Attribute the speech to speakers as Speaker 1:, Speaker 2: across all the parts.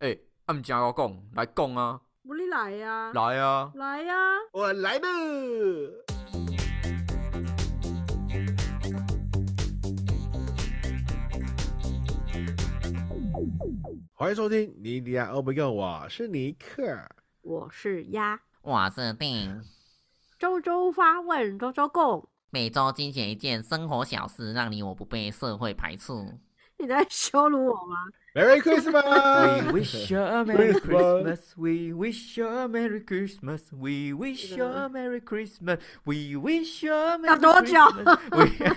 Speaker 1: 按哎家要讲来讲啊，
Speaker 2: 无你来呀、啊，
Speaker 1: 来啊！
Speaker 2: 来呀、
Speaker 3: 我来了。欢迎收听《尼迪亚欧不用》，我是尼克。
Speaker 2: 我是鸭，
Speaker 4: 我是定，
Speaker 2: 周周发问，周周共，
Speaker 4: 每周精选一件生活小事，让你我不被社会排斥。
Speaker 2: 你在羞辱我吗？
Speaker 3: Merry
Speaker 1: We
Speaker 3: Christmas！
Speaker 1: wish you a Merry
Speaker 3: Christmas.
Speaker 1: Christmas. We wish you a Merry Christmas. We wish you a Merry Christmas. We wish you a Merry
Speaker 2: 要多久
Speaker 1: Christmas. We-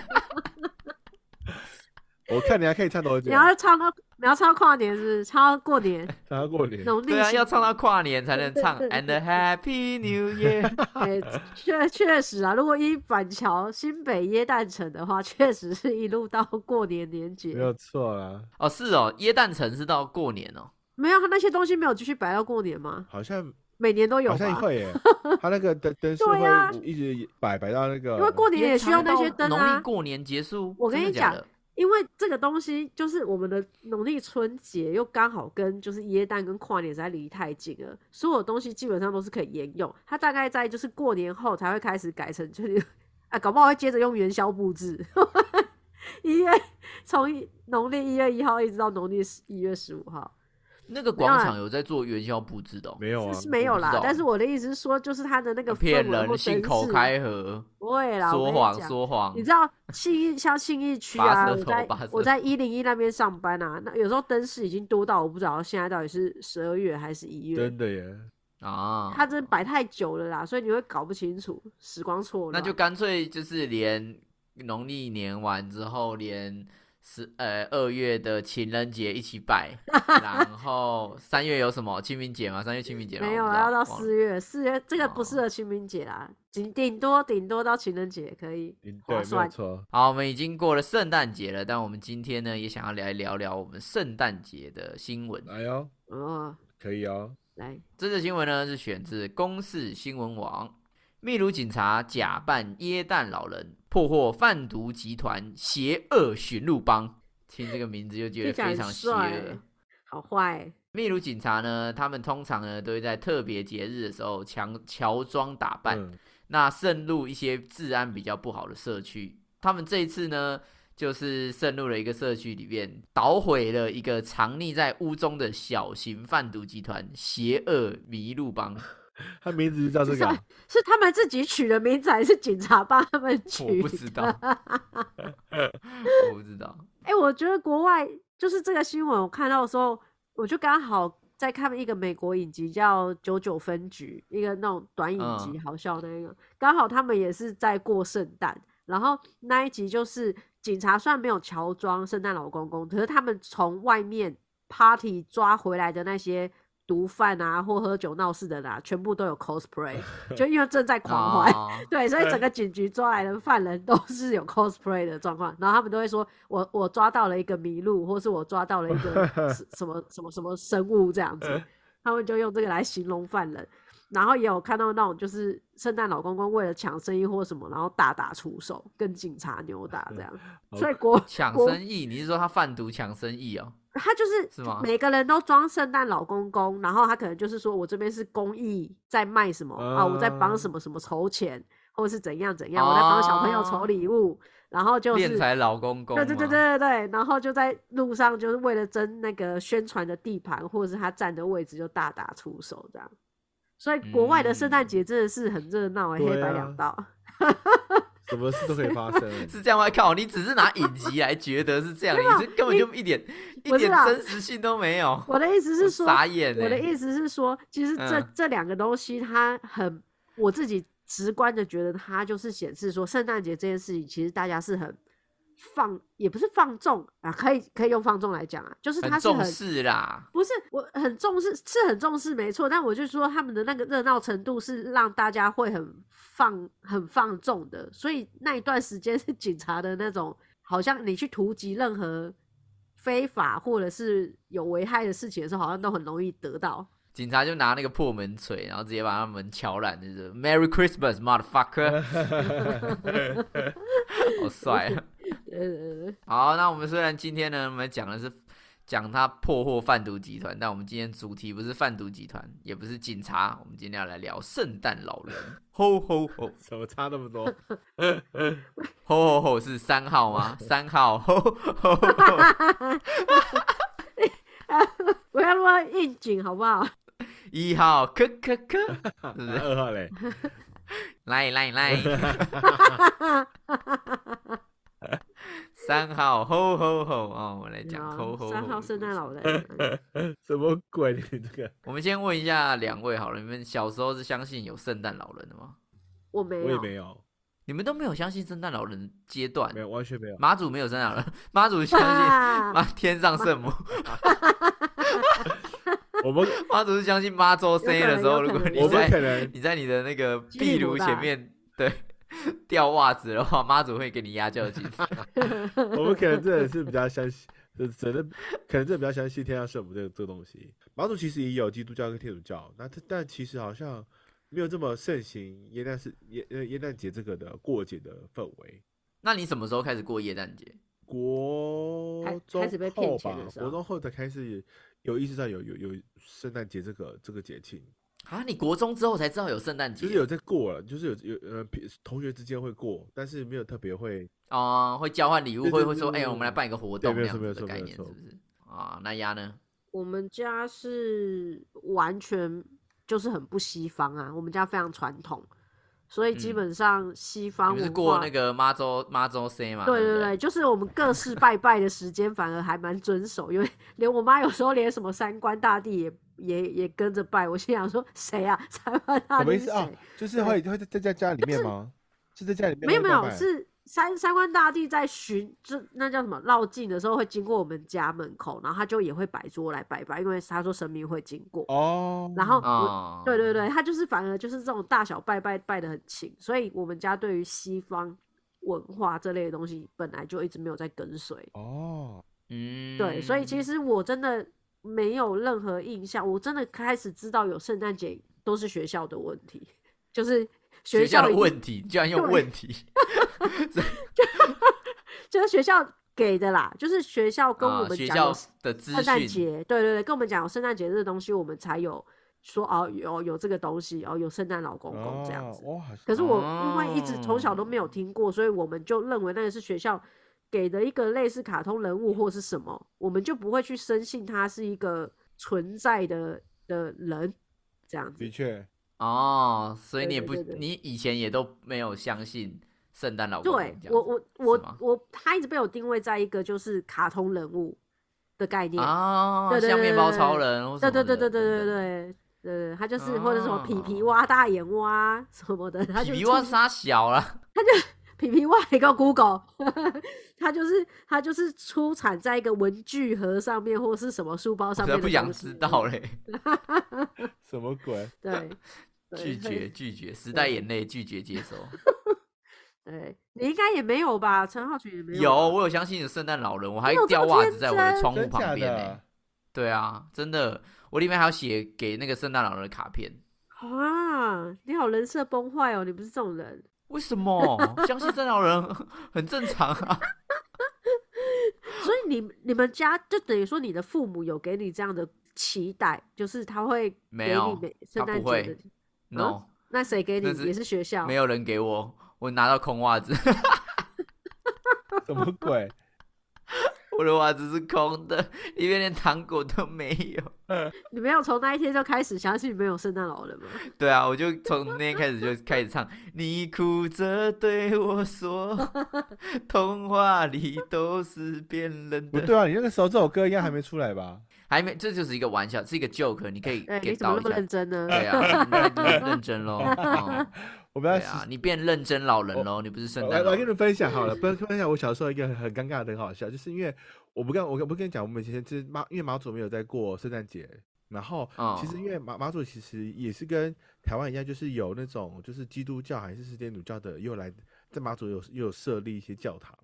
Speaker 3: 我看你还可以唱多久
Speaker 2: 你？要唱到，你要唱到跨年是不是？唱到过年，
Speaker 3: 唱到过年。
Speaker 2: 农历
Speaker 1: 对啊，
Speaker 2: 新
Speaker 1: 要唱到跨年才能 唱
Speaker 2: 对对
Speaker 1: And
Speaker 2: 对
Speaker 1: Happy New Year。
Speaker 2: 哎，确确实啊，如果依板桥新北耶诞城的话，确实是一路到过年年节
Speaker 3: 没，有错啊啦，
Speaker 1: 哦，是哦，椰蛋城是到过年哦。
Speaker 2: 没有他那些东西没有继续摆到过年吗？
Speaker 3: 好像
Speaker 2: 每年都有
Speaker 3: 好像
Speaker 2: 吧？
Speaker 3: 会 耶。他那个灯灯是
Speaker 2: 对啊
Speaker 3: 会一直摆摆到那个，
Speaker 2: 因为过年也
Speaker 1: 延
Speaker 2: 需要
Speaker 1: 长
Speaker 2: 那
Speaker 1: 到
Speaker 2: 些灯
Speaker 1: 农历
Speaker 2: 啊，
Speaker 1: 过年结束，
Speaker 2: 我跟
Speaker 1: 真的
Speaker 2: 你
Speaker 1: 假
Speaker 2: 讲
Speaker 1: 的
Speaker 2: 因为这个东西就是我们的农历春节又刚好跟就是耶诞跟跨年实在离太近了，所有东西基本上都是可以沿用。它大概在就是过年后才会开始改成就是，啊，搞不好会接着用元宵布置，一月从一农历一月一号一直到农历一月十五号，
Speaker 1: 那个
Speaker 2: 没有啊
Speaker 1: 广
Speaker 2: 啦
Speaker 1: 场有在做元宵布置的哦，
Speaker 3: 没有啊？
Speaker 2: 是没有
Speaker 1: 我不知
Speaker 2: 啦
Speaker 1: 道。
Speaker 2: 但是我的意思是说，就是它的那个氛围
Speaker 1: 骗
Speaker 2: 或
Speaker 1: 人，信
Speaker 2: 灯
Speaker 1: 口
Speaker 2: 饰
Speaker 1: 开河，
Speaker 2: 不会啦，我
Speaker 1: 说
Speaker 2: 跟你
Speaker 1: 谎
Speaker 2: 讲
Speaker 1: 说谎
Speaker 2: 你。知道信义像信义区
Speaker 1: 拔
Speaker 2: 啊，
Speaker 1: 舌
Speaker 2: 我
Speaker 1: 头
Speaker 2: 在
Speaker 1: 拔舌
Speaker 2: 我在一零一那边上班啊，那有时候灯饰已经多到我不知道现在到底是十二月还是一月
Speaker 3: 真，的耶。
Speaker 1: 啊，
Speaker 2: 它真的摆太久了啦，所以你会搞不清楚，时光错
Speaker 1: 那
Speaker 2: 乱。
Speaker 1: 就干脆就是连农历年完之后，连十呃二月的情人节一起 摆，然后三月有什么清明节吗？三月清明节吗
Speaker 2: 没有
Speaker 1: 我不
Speaker 2: 啊，
Speaker 1: 知道
Speaker 2: 要到
Speaker 1: 忘了
Speaker 2: 四月，四月这个不
Speaker 1: 哦
Speaker 2: 适合清明节啦，顶顶多顶多到情人节可以
Speaker 3: 嗯
Speaker 2: 划
Speaker 3: 对，没有
Speaker 2: 算。
Speaker 3: 错。
Speaker 1: 好，我们已经过了圣诞节了，但我们今天呢也想要来聊聊我们圣诞节的新闻。
Speaker 3: 来哦，
Speaker 2: 哦，
Speaker 3: 可以哦。
Speaker 2: 来，
Speaker 1: 这则新闻呢是选自公视新闻网，秘鲁警察假扮耶诞老人，破获贩毒集团邪恶驯鹿帮。听这个名字就觉得
Speaker 2: 听起来
Speaker 1: 非
Speaker 2: 很
Speaker 1: 常邪
Speaker 2: 帅
Speaker 1: 恶
Speaker 2: 欸。，好坏欸，
Speaker 1: 秘鲁警察呢，他们通常呢都会在特别节日的时候强乔装打扮，
Speaker 3: 嗯，
Speaker 1: 那渗入一些治安比较不好的社区。他们这一次呢，就是渗入了一个社区里面，捣毁了一个藏匿在屋中的小型贩毒集团——邪恶麋鹿 帮。
Speaker 3: 他名字就叫这个啊，
Speaker 2: 是他们自己取的名字还是警察帮他们取的？
Speaker 1: 我不知道，我不知道。
Speaker 2: 哎、我觉得国外就是这个新闻，我看到的时候，我就刚好在看一个美国影集叫《九九分局》，一个那种短影集，
Speaker 1: 嗯
Speaker 2: 好笑那一个。刚好他们也是在过圣诞，然后那一集就是警察虽然没有乔装圣诞老公公，可是他们从外面 party 抓回来的那些。毒贩啊，或喝酒闹事的啦、全部都有 cosplay，就因为正在狂欢，
Speaker 1: 啊
Speaker 2: 对，所以整个警局抓来的犯人都是有 cosplay 的状况，然后他们都会说，我我抓到了一个麋鹿，或是我抓到了一个什什么什么什么生物这样
Speaker 3: 嗯
Speaker 2: 子，他们就用这个来形容犯人。然后也有看到那种就是圣诞老公公为了抢生意或什么，然后大打出手，跟警察扭打这样。所以国
Speaker 1: 抢
Speaker 2: 国
Speaker 1: 生意，你是说他贩毒抢生意哦？
Speaker 2: 他就是
Speaker 1: 是吗
Speaker 2: 每个人都装圣诞老公公，然后他可能就是说我这边是公益在卖什么啊，我在帮什么什么筹钱，或者是怎样怎样，我在帮小朋友筹
Speaker 1: 哦
Speaker 2: 礼物，然后就
Speaker 1: 练
Speaker 2: 是
Speaker 1: 财老公公吗，
Speaker 2: 对对对对对对，然后就在路上就是为了争那个宣传的地盘或者是他站的位置就大打出手这样，所以国外的圣诞节真的是很热闹欸，
Speaker 3: 对
Speaker 2: 黑白
Speaker 3: 啊
Speaker 2: 两道。
Speaker 3: 什么事都可以发 生。
Speaker 1: 是这样吗？靠，你只是拿影集来觉得是这样，你是根本就一点一
Speaker 2: 不是
Speaker 1: 点
Speaker 2: 啦
Speaker 1: 真实性都没有。
Speaker 2: 我的意思是说，
Speaker 1: 傻眼欸、
Speaker 2: 我的意思是说，其实这、
Speaker 1: 嗯
Speaker 2: 这两个东西，它很我自己直观的觉得，它就是显示说，圣诞节这件事情，其实大家是很放，也不是放纵啊，可以可以用放纵来讲啊，就是它
Speaker 1: 很
Speaker 2: 是很
Speaker 1: 重视啦，
Speaker 2: 不是我很重视，是很重视没错，但我就说他们的那个热闹程度是让大家会很放很放纵的，所以那一段时间是警察的那种，好像你去突击任何非法或者是有危害的事情的时候，好像都很容易得到。
Speaker 1: 警察就拿那个破门锤，然后直接把他门敲烂，就是 Merry Christmas motherfucker，好帅啊！啊
Speaker 2: 呃，
Speaker 1: 好，那我们虽然今天呢，我们讲的是讲他破获贩毒集团，但我们今天主题不是贩毒集团，也不是警察，我们今天要来聊圣诞老人。吼吼吼！
Speaker 3: 怎么差那么多？
Speaker 1: 吼吼吼是三号 吗？三号吼吼吼！
Speaker 2: 不要那么应景好不好？
Speaker 1: 一号咳咳咳，是 不是？
Speaker 3: 二号嘞？
Speaker 1: 来来来，三号吼吼吼哦，
Speaker 3: 哎
Speaker 1: 我来讲吼吼吼。
Speaker 2: 啊三号圣诞老 人，嗯
Speaker 3: 什么鬼？你这个
Speaker 1: 我们先问一下两位好了，你们小时候是相信有圣诞老人的吗？
Speaker 2: 我没
Speaker 3: 我也
Speaker 2: 有，
Speaker 3: 没有，
Speaker 1: 你们都没有相信圣诞老人的阶段
Speaker 3: 没，有完全没有。
Speaker 1: 马祖没有圣诞老人，马祖相 信妈天上圣母，
Speaker 3: 我们
Speaker 1: 妈祖是相信妈周 C 的时候，
Speaker 2: 有可能
Speaker 1: 如果你
Speaker 3: 我们
Speaker 1: 在
Speaker 3: 可能
Speaker 1: 你在你的那个
Speaker 2: 基
Speaker 1: 壁
Speaker 2: 利姆
Speaker 1: 炉
Speaker 2: 吧
Speaker 1: 前面对 掉袜子的话， 妈祖会给你压轿金。
Speaker 3: 我们可能真的是比较相信，呃真的可能真的比较相信天上圣母这个这个东西。马祖其实也有基督教跟天主教，那它但其实好像没有这么盛行耶诞是耶呃耶诞节这个的过节的氛围。
Speaker 1: 那你什么时候开始过耶诞节？
Speaker 3: 国
Speaker 2: 开
Speaker 3: 中
Speaker 2: 开始被骗
Speaker 3: 后
Speaker 2: 钱
Speaker 3: 吧
Speaker 2: 的，时
Speaker 3: 国
Speaker 2: 候
Speaker 3: 中后才开始有意识到有有有圣诞节这个这个节庆，
Speaker 1: 啊，你国中之后才知道有圣诞节，
Speaker 3: 就是有在过了，就是有有呃平同学之间会过，但是没有特别会
Speaker 1: 哦、会交换礼物，
Speaker 3: 对
Speaker 1: 会
Speaker 3: 对
Speaker 1: 会
Speaker 3: 对
Speaker 1: 说，哎、
Speaker 3: 对对
Speaker 1: 我们来办一个活
Speaker 3: 对
Speaker 1: 动
Speaker 3: 没
Speaker 1: 这
Speaker 3: 有
Speaker 1: 样
Speaker 3: 错
Speaker 1: 子
Speaker 3: 没有
Speaker 1: 的
Speaker 3: 错
Speaker 1: 概
Speaker 3: 没有
Speaker 1: 念，是
Speaker 3: 错
Speaker 1: 不是？啊，那丫呢？
Speaker 2: 我们家是完全就是很不西方啊，我们家非常传统，所以基
Speaker 1: 嗯
Speaker 2: 本上西
Speaker 1: 你
Speaker 2: 方
Speaker 1: 们
Speaker 2: 文
Speaker 1: 是
Speaker 2: 化、
Speaker 1: 过那个妈周妈周 C 嘛？
Speaker 2: 对
Speaker 1: 对
Speaker 2: 对
Speaker 1: 不
Speaker 2: 对，就是我们各式拜拜的时间反而还蛮遵守，因为连我妈有时候连什么三官大帝也也也跟着拜。我心想说谁啊？ 三官大
Speaker 3: 什么
Speaker 2: 帝
Speaker 3: 意
Speaker 2: 是
Speaker 3: 思
Speaker 2: 谁？
Speaker 3: 啊？就是会会在在家家里面吗？是在家里面
Speaker 2: 没有
Speaker 3: 会
Speaker 2: 没
Speaker 3: 拜
Speaker 2: 有，
Speaker 3: 拜
Speaker 2: 是三三官大帝在巡，就那叫什么绕境的时候会经过我们家门口，然后他就也会摆桌来拜拜，因为他说神明会经过。
Speaker 3: 哦，
Speaker 2: 然后我、
Speaker 1: 哦，
Speaker 2: 对对对，他就是反而就是这种大小拜拜拜的很勤，所以我们家对于西方文化这类的东西本来就一直没有在跟随。
Speaker 3: 哦，
Speaker 1: 嗯，
Speaker 2: 对，所以其实我真的没有任何印象，我真的开始知道有圣诞节都是学校的问题，就是
Speaker 1: 学
Speaker 2: 校
Speaker 1: 的
Speaker 2: 一定，
Speaker 1: 问题，你居然用
Speaker 2: 对
Speaker 1: 问题，
Speaker 2: 就是学校给的啦，就是学校跟我
Speaker 1: 啊，
Speaker 2: 们
Speaker 1: 学
Speaker 2: 讲有
Speaker 1: 校
Speaker 2: 圣
Speaker 1: 的资
Speaker 2: 诞
Speaker 1: 讯，
Speaker 2: 节，对对对，跟我们讲有圣诞节这个东西，我们才有说哦有有这个东西，哦有圣诞老公公这样子。
Speaker 3: 哦哇，
Speaker 2: 可是我因为一直从小都没有
Speaker 1: 哦
Speaker 2: 听过，所以我们就认为那个是学校给的一个类似卡通人物或是什么，我们就不会去深信他是一个存在的的人这样子
Speaker 3: 的。确，
Speaker 1: 哦，所以你也不
Speaker 2: 对对对对
Speaker 1: 你以前也都没有相信圣诞老公公
Speaker 2: 对
Speaker 1: 这样子，
Speaker 2: 我我我
Speaker 1: 吗
Speaker 2: 我，他一直被我定位在一个就是卡通人物的概念。
Speaker 1: 啊，
Speaker 2: 对对对
Speaker 1: 像面包
Speaker 2: 对对
Speaker 1: 超人或什
Speaker 2: 对
Speaker 1: 么的，
Speaker 2: 对对对对对
Speaker 1: 等等，
Speaker 2: 对对，他就是或者什么皮皮
Speaker 1: 哦
Speaker 2: 蛙、大眼蛙什 么的，他就
Speaker 1: 皮皮
Speaker 2: 出
Speaker 1: 蛙杀小了，
Speaker 2: 皮皮外一个 Google，它就是它就是出产在一个文具盒上面或是什么书包
Speaker 1: 我
Speaker 2: 上
Speaker 1: 才
Speaker 2: 面的
Speaker 1: 不想
Speaker 2: 东西
Speaker 1: 知道。嘞，
Speaker 3: 什么鬼？
Speaker 2: 对， 对
Speaker 1: 拒绝。拒 绝，时代眼泪拒绝接收。
Speaker 2: 对你应该也没有吧？陈浩群也 没
Speaker 1: 有，
Speaker 2: 吧
Speaker 1: 我有相信有圣诞老人，我还
Speaker 2: 你有这
Speaker 1: 掉
Speaker 2: 么
Speaker 1: 袜
Speaker 2: 天
Speaker 1: 子在我的
Speaker 2: 真
Speaker 1: 窗户
Speaker 3: 真
Speaker 1: 旁
Speaker 3: 假
Speaker 1: 边呢
Speaker 3: 的。？
Speaker 1: 对啊，真的，我里面还要写给那个圣诞老人的卡片。
Speaker 2: 啊！你好，人设崩坏哦！你不是这种人，
Speaker 1: 为什么相信圣诞老人很正常 啊？
Speaker 2: 所以你你们家就等于说你的父母有给你这样的期待，就是他会
Speaker 1: 没
Speaker 2: 给
Speaker 1: 有
Speaker 2: 你每圣
Speaker 1: 他
Speaker 2: 诞
Speaker 1: 不
Speaker 2: 节的
Speaker 1: 会。No，
Speaker 2: 那谁给你
Speaker 1: 那？是
Speaker 2: 也是学校。
Speaker 1: 没有人给我，我拿到空袜子，
Speaker 3: 什么鬼？
Speaker 1: 我的袜子是空的，里面连糖果都没有。
Speaker 2: 你没有从那一天就开始相信没有圣诞老人吗？
Speaker 1: 对啊，我就从那天开始就开始唱，你哭着对我说， 童话里都是骗人
Speaker 3: 不
Speaker 1: 的。
Speaker 3: 对啊，你那个时候这首歌应该还没出来吧？
Speaker 1: 还没，这就是一个玩笑，是一个 joke，你可以
Speaker 2: 哎、你
Speaker 1: get
Speaker 2: 怎么
Speaker 1: 到一
Speaker 2: 那么认
Speaker 1: 下。
Speaker 2: 真呢？
Speaker 1: 对啊，你太认真 喽。哦
Speaker 3: 我们要
Speaker 1: 对啊，你变认真老人喽，你不是
Speaker 3: 我
Speaker 1: 圣
Speaker 3: 来
Speaker 1: 诞老
Speaker 3: 来跟
Speaker 1: 人。
Speaker 3: 你们分享好了，不要分享我小时候一个很很尴尬的很好笑，就是因为我不跟我跟不跟你讲，我们以前就是妈，因为马祖没有在过圣诞节，然后
Speaker 1: 哦啊
Speaker 3: 其实因为马马祖其实也是跟台湾一样，就是有那种就是基督教还是四天主教的，又来在马祖有又有设立一些教堂，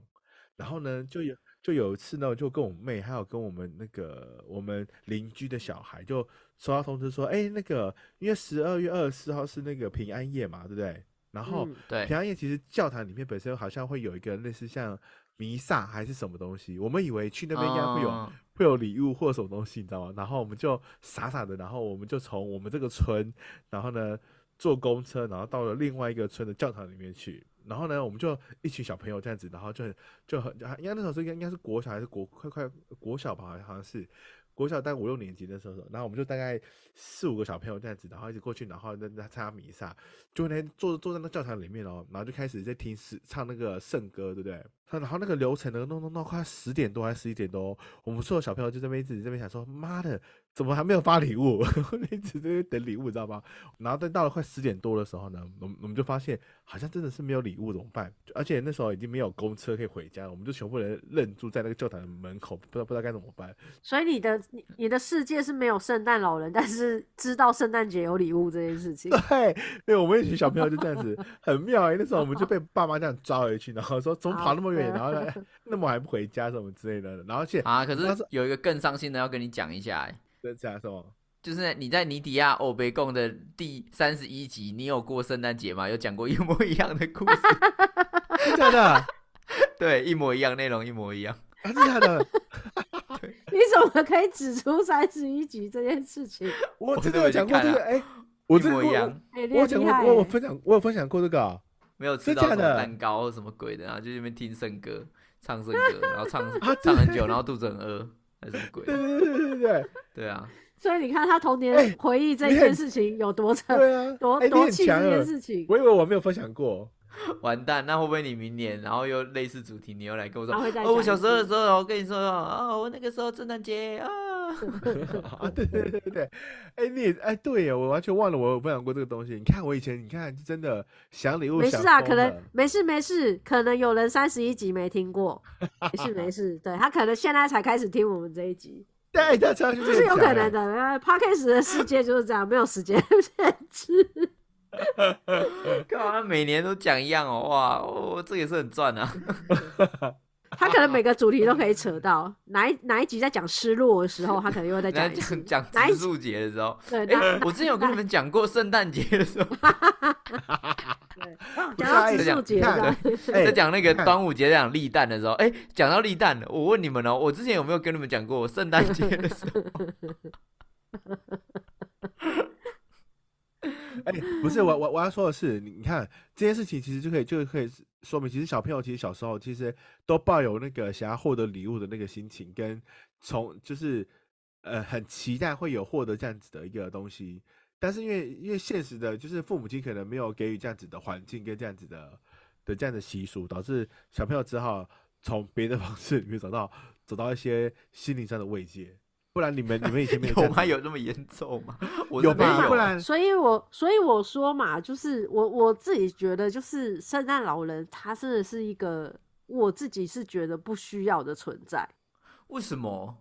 Speaker 3: 然后呢就有。就有一次呢，我就跟我妹还有跟我们那个我们邻居的小孩，就收到通知说，哎、那个因为十二月二十四号是那个平安夜嘛，对不对？然后、
Speaker 2: 嗯
Speaker 1: 对
Speaker 3: 平，安夜其实教堂里面本身好像会有一个类似像弥撒还是什么东西，我们以为去那边应该会有
Speaker 1: 嗯
Speaker 3: 会有礼物或什么东西，你知道吗？然后我们就傻傻的，然后我们就从我们这个村，然后呢坐公车，然后到了另外一个村的教堂里面去。然后呢，我们就一群小朋友这样子，然后就很就很，应该那时候是应该应该是国小还是国快快国小吧，好像是国小，大概五六年级那时候。然后我们就大概四五个小朋友这样子，然后一直过去，然后那那参加弥撒，就那天坐坐在那教堂里面哦，然后就开始在听诗唱那个圣歌，对不对？他然后那个流程呢，弄弄弄快十点多还是十一点多哦，我们所有小朋友就在那边一直在那边想说，妈的，怎么还没有发礼物？ 一直在那边等礼物，你知道吗？然后但到了快十点多的时候呢，我们我们就发现好像真的是没有礼物，怎么办？就而且那时候已经没有公车可以回家了，我们就全部人愣住在那个教堂的门口，不知道不知道该怎么办。
Speaker 2: 所以你的你你的世界是没有圣诞老人，但是知道圣诞节有礼物这件事情。
Speaker 3: 对，对，我们一群小朋友就这样子，很妙哎、那时候我们就被爸妈这样抓回去，然后说怎么跑那么远，
Speaker 1: 哦
Speaker 3: 然后呢，那么还不回家什么之类的，然后而且
Speaker 1: 啊，可
Speaker 3: 那时
Speaker 1: 是有一个更伤心的要跟你讲一下、欸，
Speaker 3: 真假什 么？
Speaker 1: 就是你在尼迪亚欧北贡的第三十一集，你有过圣诞节吗？有讲过一模一样的故事，
Speaker 3: 真假的？
Speaker 1: 对，一模一样内容，一模一样。
Speaker 3: 啊，真假的？
Speaker 2: 你怎么可以指出三十一集这件事情？
Speaker 3: 我
Speaker 1: 我
Speaker 3: 真
Speaker 1: 都
Speaker 3: 的有
Speaker 1: 已经
Speaker 3: 讲过
Speaker 1: 看
Speaker 3: 这
Speaker 1: 了
Speaker 3: 个哎、 我这
Speaker 1: 一
Speaker 3: 个
Speaker 1: 模一样，
Speaker 2: 哎、你
Speaker 3: 我有
Speaker 2: 很
Speaker 3: 讲
Speaker 2: 厉
Speaker 3: 过，
Speaker 2: 害
Speaker 3: 我有
Speaker 2: 欸
Speaker 3: 分享，我有分享过这 个啊、
Speaker 1: 没有吃
Speaker 3: 真
Speaker 1: 到什
Speaker 3: 假
Speaker 1: 么
Speaker 3: 的
Speaker 1: 蛋糕什么鬼的，然后就在那边听圣歌，唱圣歌，然后唱
Speaker 3: 啊
Speaker 1: 唱很久，然后肚子很饿，还是什么鬼
Speaker 3: 对
Speaker 1: 的？
Speaker 3: 对对对对
Speaker 1: 对啊，
Speaker 2: 所以你看他童
Speaker 3: 哎
Speaker 2: 年回忆这
Speaker 3: 你
Speaker 2: 件
Speaker 3: 很
Speaker 2: 事情有多
Speaker 3: 对
Speaker 2: 长、
Speaker 3: 对啊！
Speaker 2: 嗯 多
Speaker 3: 哎、你
Speaker 2: 多
Speaker 3: 很
Speaker 2: 气
Speaker 3: 强
Speaker 2: 这件
Speaker 3: 了，
Speaker 2: 事情，
Speaker 3: 我以为我没有分享过。
Speaker 1: 完蛋，那会不会你明年，然后又类似主题，你又来跟我说
Speaker 2: 啊他，会再
Speaker 1: 哦，我小
Speaker 2: 讲一
Speaker 1: 时候的
Speaker 2: 次
Speaker 1: 时候，我跟你说哦，我那个时候圣诞节啊，
Speaker 3: 啊，对对对对对，哎、你也哎对呀，我完全忘了我有分享过这个东西。你看我以前，你看真的想礼物
Speaker 2: 没
Speaker 3: 想
Speaker 2: 事啊，
Speaker 3: 疯
Speaker 2: 可能
Speaker 3: 了
Speaker 2: 没事没事，可能有人三十一集没听 过，没事没事，对他可能现在才开始听我们这一集，
Speaker 3: 对，大家就
Speaker 2: 这是有可能。的。因为 Podcast 的世界就是这样，没有时间限制。
Speaker 1: 干嘛每年都讲一样哦，哇，哦，这也是很赚啊。
Speaker 2: 他可能每个主题都可以扯到，哪一哪一集在讲失落的时候，他可能又会再
Speaker 1: 然后
Speaker 2: 讲一次
Speaker 1: 讲。讲
Speaker 2: 哪一
Speaker 1: 植
Speaker 2: 集？
Speaker 1: 树节的时候，
Speaker 2: 对，
Speaker 1: 哎、
Speaker 2: 哪
Speaker 1: 我之前有跟你们讲过圣诞节的时候，
Speaker 2: 对
Speaker 3: 不
Speaker 2: 讲
Speaker 3: 是
Speaker 2: 到
Speaker 3: 啊
Speaker 2: 植
Speaker 1: 这样
Speaker 2: 树节
Speaker 3: 你看
Speaker 2: 的，
Speaker 3: 哎
Speaker 1: 在讲那个
Speaker 3: 看
Speaker 1: 端午节在讲立蛋的时候，哎、讲到立蛋，我问你们哦，我之前有没有跟你们讲过我圣诞 节的时候？
Speaker 3: 哎、不是我我我要说的是，你你看这件事情其实就可以就可以说明，其实小朋友其实小时候其实都抱有那个想要获得礼物的那个心情，跟从就是呃很期待会有获得这样子的一个东西，但是因为因为现实的就是父母亲可能没有给予这样子的环境跟这样子的的这样的习俗，导致小朋友只好从别的 方式里面找到找到一些心灵上的慰藉，不然你们你们以前没有这
Speaker 1: 有
Speaker 3: 样
Speaker 1: 吗？
Speaker 3: 子
Speaker 1: 有那么严重 吗？我
Speaker 3: 有
Speaker 1: 是没
Speaker 3: 吧
Speaker 1: 有，
Speaker 3: 不然
Speaker 2: 所以我所以我说嘛，就是我我自己觉得，就是圣诞老人他真的是一个我自己是觉得不需要的存在，
Speaker 1: 为什么？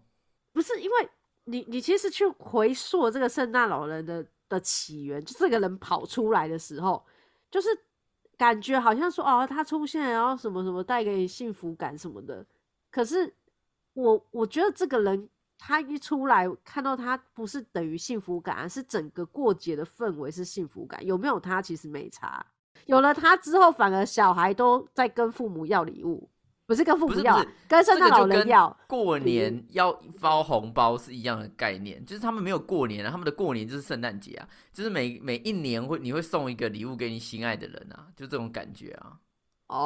Speaker 2: 不是因为你你其实去回溯这个圣诞老人的的起源，就这个人跑出来的时候，就是感觉好像说哦，他出现然后什么什么带给你幸福感什么的，可是我我觉得这个人他一出来，看到他不是等于幸福感啊，是整个过节的氛围是幸福感。有没有他其实没差，有了他之后，反而小孩都在跟父母要礼物，不是跟父
Speaker 1: 不
Speaker 2: 母
Speaker 1: 是
Speaker 2: 要、啊
Speaker 1: 不是，
Speaker 2: 跟
Speaker 1: 这
Speaker 2: 圣
Speaker 1: 个
Speaker 2: 诞
Speaker 1: 就
Speaker 2: 老
Speaker 1: 跟
Speaker 2: 人要。
Speaker 1: 过
Speaker 2: 礼物
Speaker 1: 年要包红包是一样的概念，就是他们没有过年啊，他们的过年就是圣诞节啊，就是每每一年会你会送一个礼物给你心爱的人啊，就这种感觉啊。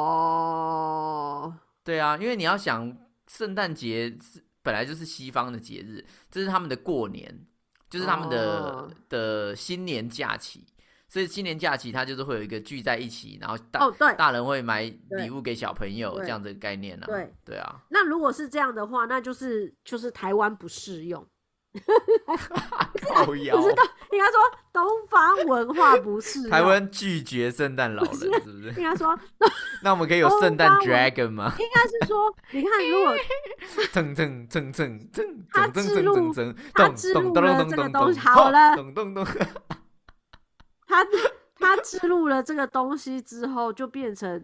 Speaker 2: 哦，
Speaker 1: 对啊，因为你要想，圣诞节是本来就是西方的节日，这是他们的过年，就是他们的、
Speaker 2: 哦
Speaker 1: 的新年假期，所以新年假期它就是会有一个聚在一起，然后大、
Speaker 2: 哦，对，
Speaker 1: 大人会买礼
Speaker 2: 对
Speaker 1: 物给小朋友
Speaker 2: 对
Speaker 1: 这样的概念啊。
Speaker 2: 对，
Speaker 1: 啊，
Speaker 2: 那如果是这样的话，那就是就是台湾不适用，
Speaker 1: 靠腰
Speaker 2: 不，是东，应该说东方文化不适用。
Speaker 1: 台湾拒绝圣诞老人
Speaker 2: 不是啊
Speaker 1: 是不是？
Speaker 2: 应该说，
Speaker 1: 那我们可以有圣诞
Speaker 2: 东方文
Speaker 1: dragon 吗？
Speaker 2: 应该是说，你看， 如果
Speaker 1: 蹭蹭蹭蹭蹭
Speaker 2: 他
Speaker 1: 蹭蹭
Speaker 2: 置
Speaker 1: 蹭
Speaker 2: 入
Speaker 1: 蹭，
Speaker 2: 他
Speaker 1: 咚
Speaker 2: 置
Speaker 1: 咚
Speaker 2: 入
Speaker 1: 咚
Speaker 2: 了
Speaker 1: 咚
Speaker 2: 这个
Speaker 1: 咚
Speaker 2: 东
Speaker 1: 咚
Speaker 2: 西好了
Speaker 1: 咚咚咚。
Speaker 2: 他他植入了这个东西之后，就变成，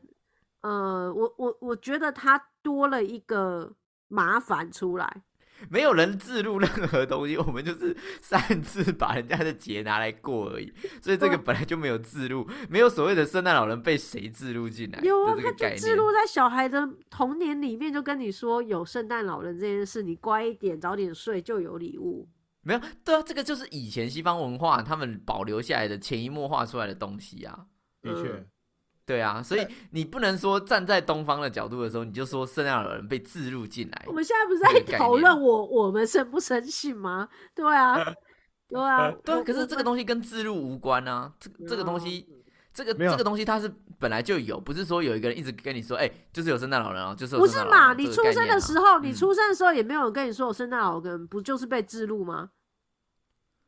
Speaker 2: 呃，我我我觉得他多了一个麻烦出来。
Speaker 1: 没有人自录任何东西，我们就是擅自把人家的节拿来过而已。所以这
Speaker 2: 嗯
Speaker 1: 个本来就没有自录，没有所谓的圣诞老人被谁自录进来的
Speaker 2: 有啊，
Speaker 1: 哎这
Speaker 2: 他
Speaker 1: 个
Speaker 2: 就
Speaker 1: 概
Speaker 2: 记
Speaker 1: 念。
Speaker 2: 录在小孩的童年里面，就跟你说有圣诞老人这件事，你乖一点，早点睡就有礼物。
Speaker 1: 没有，对啊，这个就是以前西方文化他们保留下来的潜移默化出来的东西啊。
Speaker 3: 的确，
Speaker 2: 嗯
Speaker 1: 对啊，所以你不能说站在东方的角度的时候，你就说圣诞老人被置入进来
Speaker 2: 我。们现在不是
Speaker 1: 这个
Speaker 2: 在
Speaker 1: 概
Speaker 2: 讨
Speaker 1: 念
Speaker 2: 论我我们生不生性吗？对 啊，对啊，
Speaker 1: 对啊，
Speaker 2: 我
Speaker 1: 可是
Speaker 2: 我嗯
Speaker 1: 这个东西跟置入无关啊，这个这个东西，这个
Speaker 3: 没有
Speaker 1: 这个东西它是本来就有，不是说有一个人一直跟你说，哎、就是有圣诞老人哦，就是有
Speaker 2: 不
Speaker 1: 圣
Speaker 2: 是
Speaker 1: 诞老人
Speaker 2: 嘛？
Speaker 1: 哦
Speaker 2: 你
Speaker 1: 这
Speaker 2: 出
Speaker 1: 个概
Speaker 2: 生
Speaker 1: 念
Speaker 2: 的
Speaker 1: 啊
Speaker 2: 时候，你
Speaker 1: 嗯
Speaker 2: 出生的时候也没有人跟你说有圣诞老人，不就是被置入吗？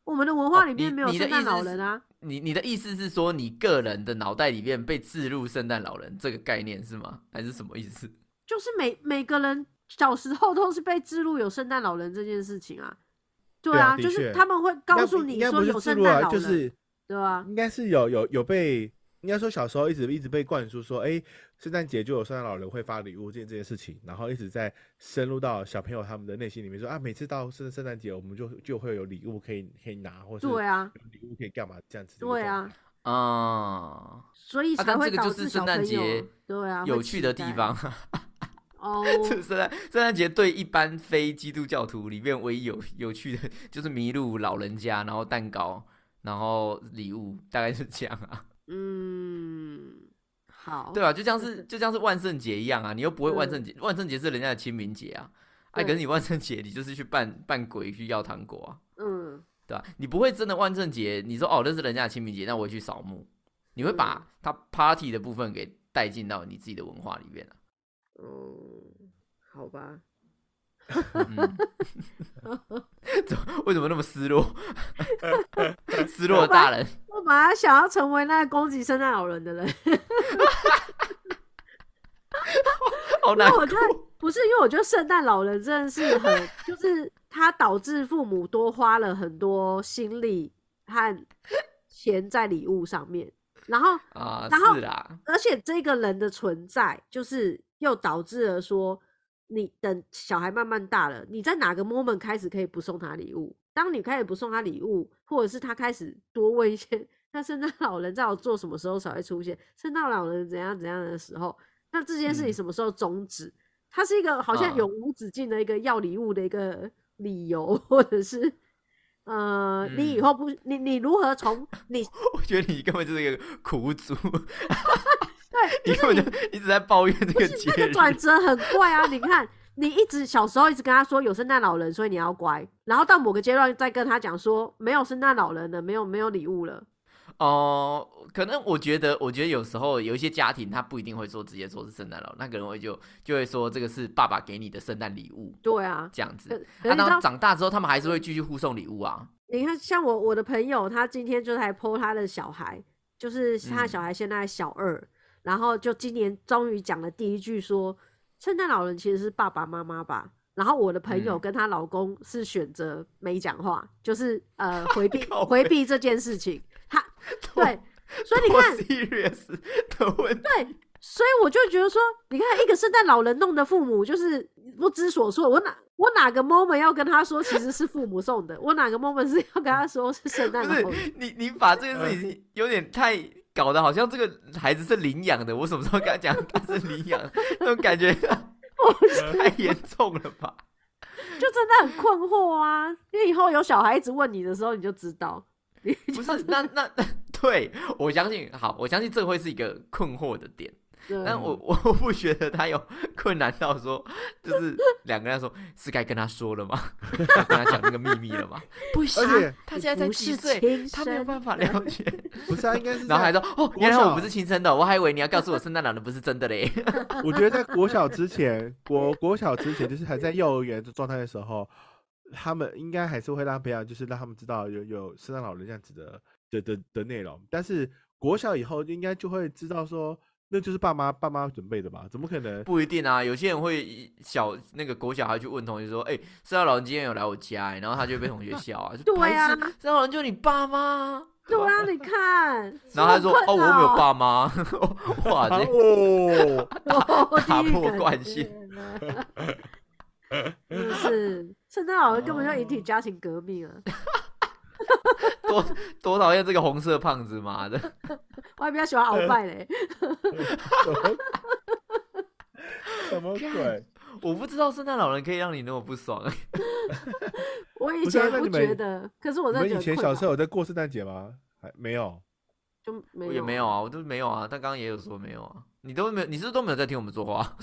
Speaker 2: 我们的文化
Speaker 1: 哦
Speaker 2: 里
Speaker 1: 你
Speaker 2: 面没有
Speaker 1: 你的
Speaker 2: 圣诞
Speaker 1: 意思
Speaker 2: 老
Speaker 1: 是
Speaker 2: 人啊，
Speaker 1: 你你的意思是说，你个人的脑袋里面被置入圣诞老人这个概念是吗？还是什么意思？
Speaker 2: 就是每每个人小时候都是被置入有圣诞老人这件事情啊。对
Speaker 3: 对啊
Speaker 2: 啊，
Speaker 3: 的
Speaker 2: 就是
Speaker 3: 确
Speaker 2: 他们会告
Speaker 3: 那
Speaker 2: 诉
Speaker 3: 不
Speaker 2: 你
Speaker 3: 应该
Speaker 2: 说
Speaker 3: 不是
Speaker 2: 有
Speaker 3: 自
Speaker 2: 圣
Speaker 3: 录
Speaker 2: 诞
Speaker 3: 啊，
Speaker 2: 老
Speaker 3: 就
Speaker 2: 人，
Speaker 3: 是
Speaker 2: 对啊，
Speaker 3: 应该是有有有被，应该说小时候一直一直被灌输说，哎、圣诞节就有圣诞老人会发礼物这这件事情，然后一直在深入到小朋友他们的内心里面说啊，每次到圣圣诞节我们就就会有礼物可以可以拿，或是
Speaker 2: 对啊，
Speaker 3: 有礼物可以干嘛这样子。
Speaker 2: 对啊，，
Speaker 1: 嗯，
Speaker 2: 所以
Speaker 1: 啊
Speaker 2: 才
Speaker 1: 但
Speaker 2: 会
Speaker 1: 这个
Speaker 2: 导
Speaker 1: 就
Speaker 2: 致
Speaker 1: 是
Speaker 2: 小
Speaker 1: 圣诞
Speaker 2: 朋友啊
Speaker 1: 节
Speaker 2: 对啊会
Speaker 1: 有趣的
Speaker 2: 期
Speaker 1: 地
Speaker 2: 待
Speaker 1: 方，
Speaker 2: 哦。
Speaker 1: 这 圣诞圣诞节对一般非基督教徒里面唯一有有趣的，就是麋鹿、老人家，然后蛋糕，然后礼物，大概是这样啊，
Speaker 2: 嗯，好，
Speaker 1: 对吧、啊就像是就像是万圣节一样啊，你又不会万
Speaker 2: 嗯
Speaker 1: 圣节，万圣节是人家的清明节啊，哎、可
Speaker 2: 对
Speaker 1: 是你万圣节你就是去扮扮鬼去要糖果啊，
Speaker 2: 嗯，
Speaker 1: 对吧、你不会真的万圣节，你说哦那是人家的清明节，那我去扫墓，你会
Speaker 2: 嗯
Speaker 1: 把它 party 的部分给带进到你自己的文化里面啊。
Speaker 2: 嗯，好吧，
Speaker 1: 嗯怎么为什么那么失 落？失落的大人，
Speaker 2: 我本来想要成为那个攻击圣诞老人的人，
Speaker 1: 好难
Speaker 2: 那
Speaker 1: 过
Speaker 2: 我。觉得 不是因为我觉得圣诞老人真的是很，就是他导致父母多花了很多心力和钱在礼物上面，然后
Speaker 1: 啊，
Speaker 2: 然后
Speaker 1: 是啦，
Speaker 2: 而且这个人的存在，就是又导致了说，你等小孩慢慢大了，你在哪个 moment 开始可以不送他礼物？当你开始不送他礼物，或者是他开始多问一些，那圣诞老人在我做什么时候才会出现？圣诞老人怎样怎样的时候，那这件事情
Speaker 1: 嗯
Speaker 2: 什么时候终止？它是一个好像
Speaker 1: 啊
Speaker 2: 永无止境的一个要礼物的一个理由，或者是。呃，你以
Speaker 1: 嗯
Speaker 2: 后不，你你如何从你
Speaker 1: 我觉得你根本就是一个苦主，
Speaker 2: 对，
Speaker 1: 你
Speaker 2: 就
Speaker 1: 根
Speaker 2: 是你
Speaker 1: 本就一直在抱怨这个节
Speaker 2: 那
Speaker 1: 日
Speaker 2: 个。转折很怪啊！你看，你一直小时候一直跟他说有圣诞老人，所以你要乖，然后到某个阶段再跟他讲说没有圣诞老人了，没有没有礼物了。
Speaker 1: 哦、可能我觉得，我觉得有时候有一些家庭他不一定会说直接说是圣诞老人，那可能会就就会说这个是爸爸给你的圣诞礼物
Speaker 2: 对啊，
Speaker 1: 这样子。
Speaker 2: 可可
Speaker 1: 啊，
Speaker 2: 是你
Speaker 1: 然
Speaker 2: 知
Speaker 1: 后
Speaker 2: 道，
Speaker 1: 长大之后，他们还是会继续互送礼物啊。
Speaker 2: 你看像我我的朋友，他今天就是还 PO 他的小孩，就是他的
Speaker 1: 嗯
Speaker 2: 小孩现在小二，然后就今年终于讲了第一句说，圣诞老人其实是爸爸妈妈吧。然后我的朋友
Speaker 1: 嗯
Speaker 2: 跟她老公是选择没讲话，就是 呃回避
Speaker 1: 靠
Speaker 2: 回
Speaker 1: 北
Speaker 2: 避这件事情。 他对，所以 你看，
Speaker 1: ，serious 的问题，
Speaker 2: 对，所以我就觉得说，你看一个圣诞老人弄的父母就是不知所措。我哪我哪个 moment 要跟他说其实是父母送的？我哪个 moment 是要跟他说是圣
Speaker 1: 不
Speaker 2: 诞老人？
Speaker 1: 是你，你把这件事情有点太搞得好像这个孩子是领养的，我什么时候跟他讲他是领养的，那种感觉 太严重了吧？
Speaker 2: 就真的很困惑啊！因为以后有小孩一直问你的时候，你就知道。
Speaker 1: 不是，那那 对我相信，好，我相信这会是一个困惑的点。
Speaker 2: 对
Speaker 1: 但我我不觉得他有 困难到说，就是两个人说是该跟他说了吗？要跟他讲那个秘密了吗？ 不行
Speaker 3: 而
Speaker 2: 啊
Speaker 3: 且，
Speaker 1: 他现在才
Speaker 2: 不
Speaker 1: 七
Speaker 2: 是
Speaker 1: 岁，
Speaker 2: 亲
Speaker 1: 他没有
Speaker 2: 生
Speaker 1: 办法
Speaker 2: 的
Speaker 1: 了 解。
Speaker 3: 不是啊，应该是
Speaker 1: 然后还
Speaker 3: 在
Speaker 1: 说哦，
Speaker 3: 国
Speaker 1: 原来我
Speaker 3: 小
Speaker 1: 不是亲生的，我还以为你要告诉我圣诞老人不是真的 嘞。
Speaker 3: 我觉得在国小之前，国国小之前就是还在幼儿园的状态的时候，他们应该还是会让培养，就是让他们知道有有圣诞老人这样子的的的的内容。但是国小以后应该就会知道说，那就是爸妈爸妈准备的吧？怎么可能？
Speaker 1: 不一定啊，有些人会小那个国小孩去问同学说，哎、圣诞老人今天有来我家、欸，然后他就会被同学笑啊，就
Speaker 2: 对啊
Speaker 1: 白痴圣诞老人就你爸妈。
Speaker 2: 对啊，你看，
Speaker 1: 然后他说：“哦，我
Speaker 2: 好困
Speaker 1: 又没有
Speaker 2: 扰，
Speaker 1: 爸妈。” 哇，
Speaker 3: 啊
Speaker 1: 这
Speaker 3: 哦，
Speaker 2: 哦
Speaker 1: 打
Speaker 2: 地狱
Speaker 1: 破
Speaker 2: 梗
Speaker 1: 惯性，
Speaker 2: 就是圣诞老人根本就引起家庭革命啊！
Speaker 1: 多多讨厌这个红色胖子，妈的！
Speaker 2: 我还比较喜欢鳌拜嘞，
Speaker 3: 什么鬼？
Speaker 1: 我不知道圣诞老人可以让你那么不爽。
Speaker 2: 我以
Speaker 3: 不是啊
Speaker 2: 前
Speaker 3: 那
Speaker 2: 不
Speaker 3: 你们
Speaker 2: 觉得，可是我
Speaker 3: 你
Speaker 2: 真的觉
Speaker 3: 们以
Speaker 2: 得
Speaker 3: 前
Speaker 2: 困
Speaker 3: 小时
Speaker 2: 扰
Speaker 3: 候有在过圣诞节吗？还没 有。
Speaker 2: 就
Speaker 1: 我
Speaker 2: 没有
Speaker 1: 也没有啊，我都没有啊。他刚刚也有说没有啊，你都没有，你是不是都没有在听我们说话？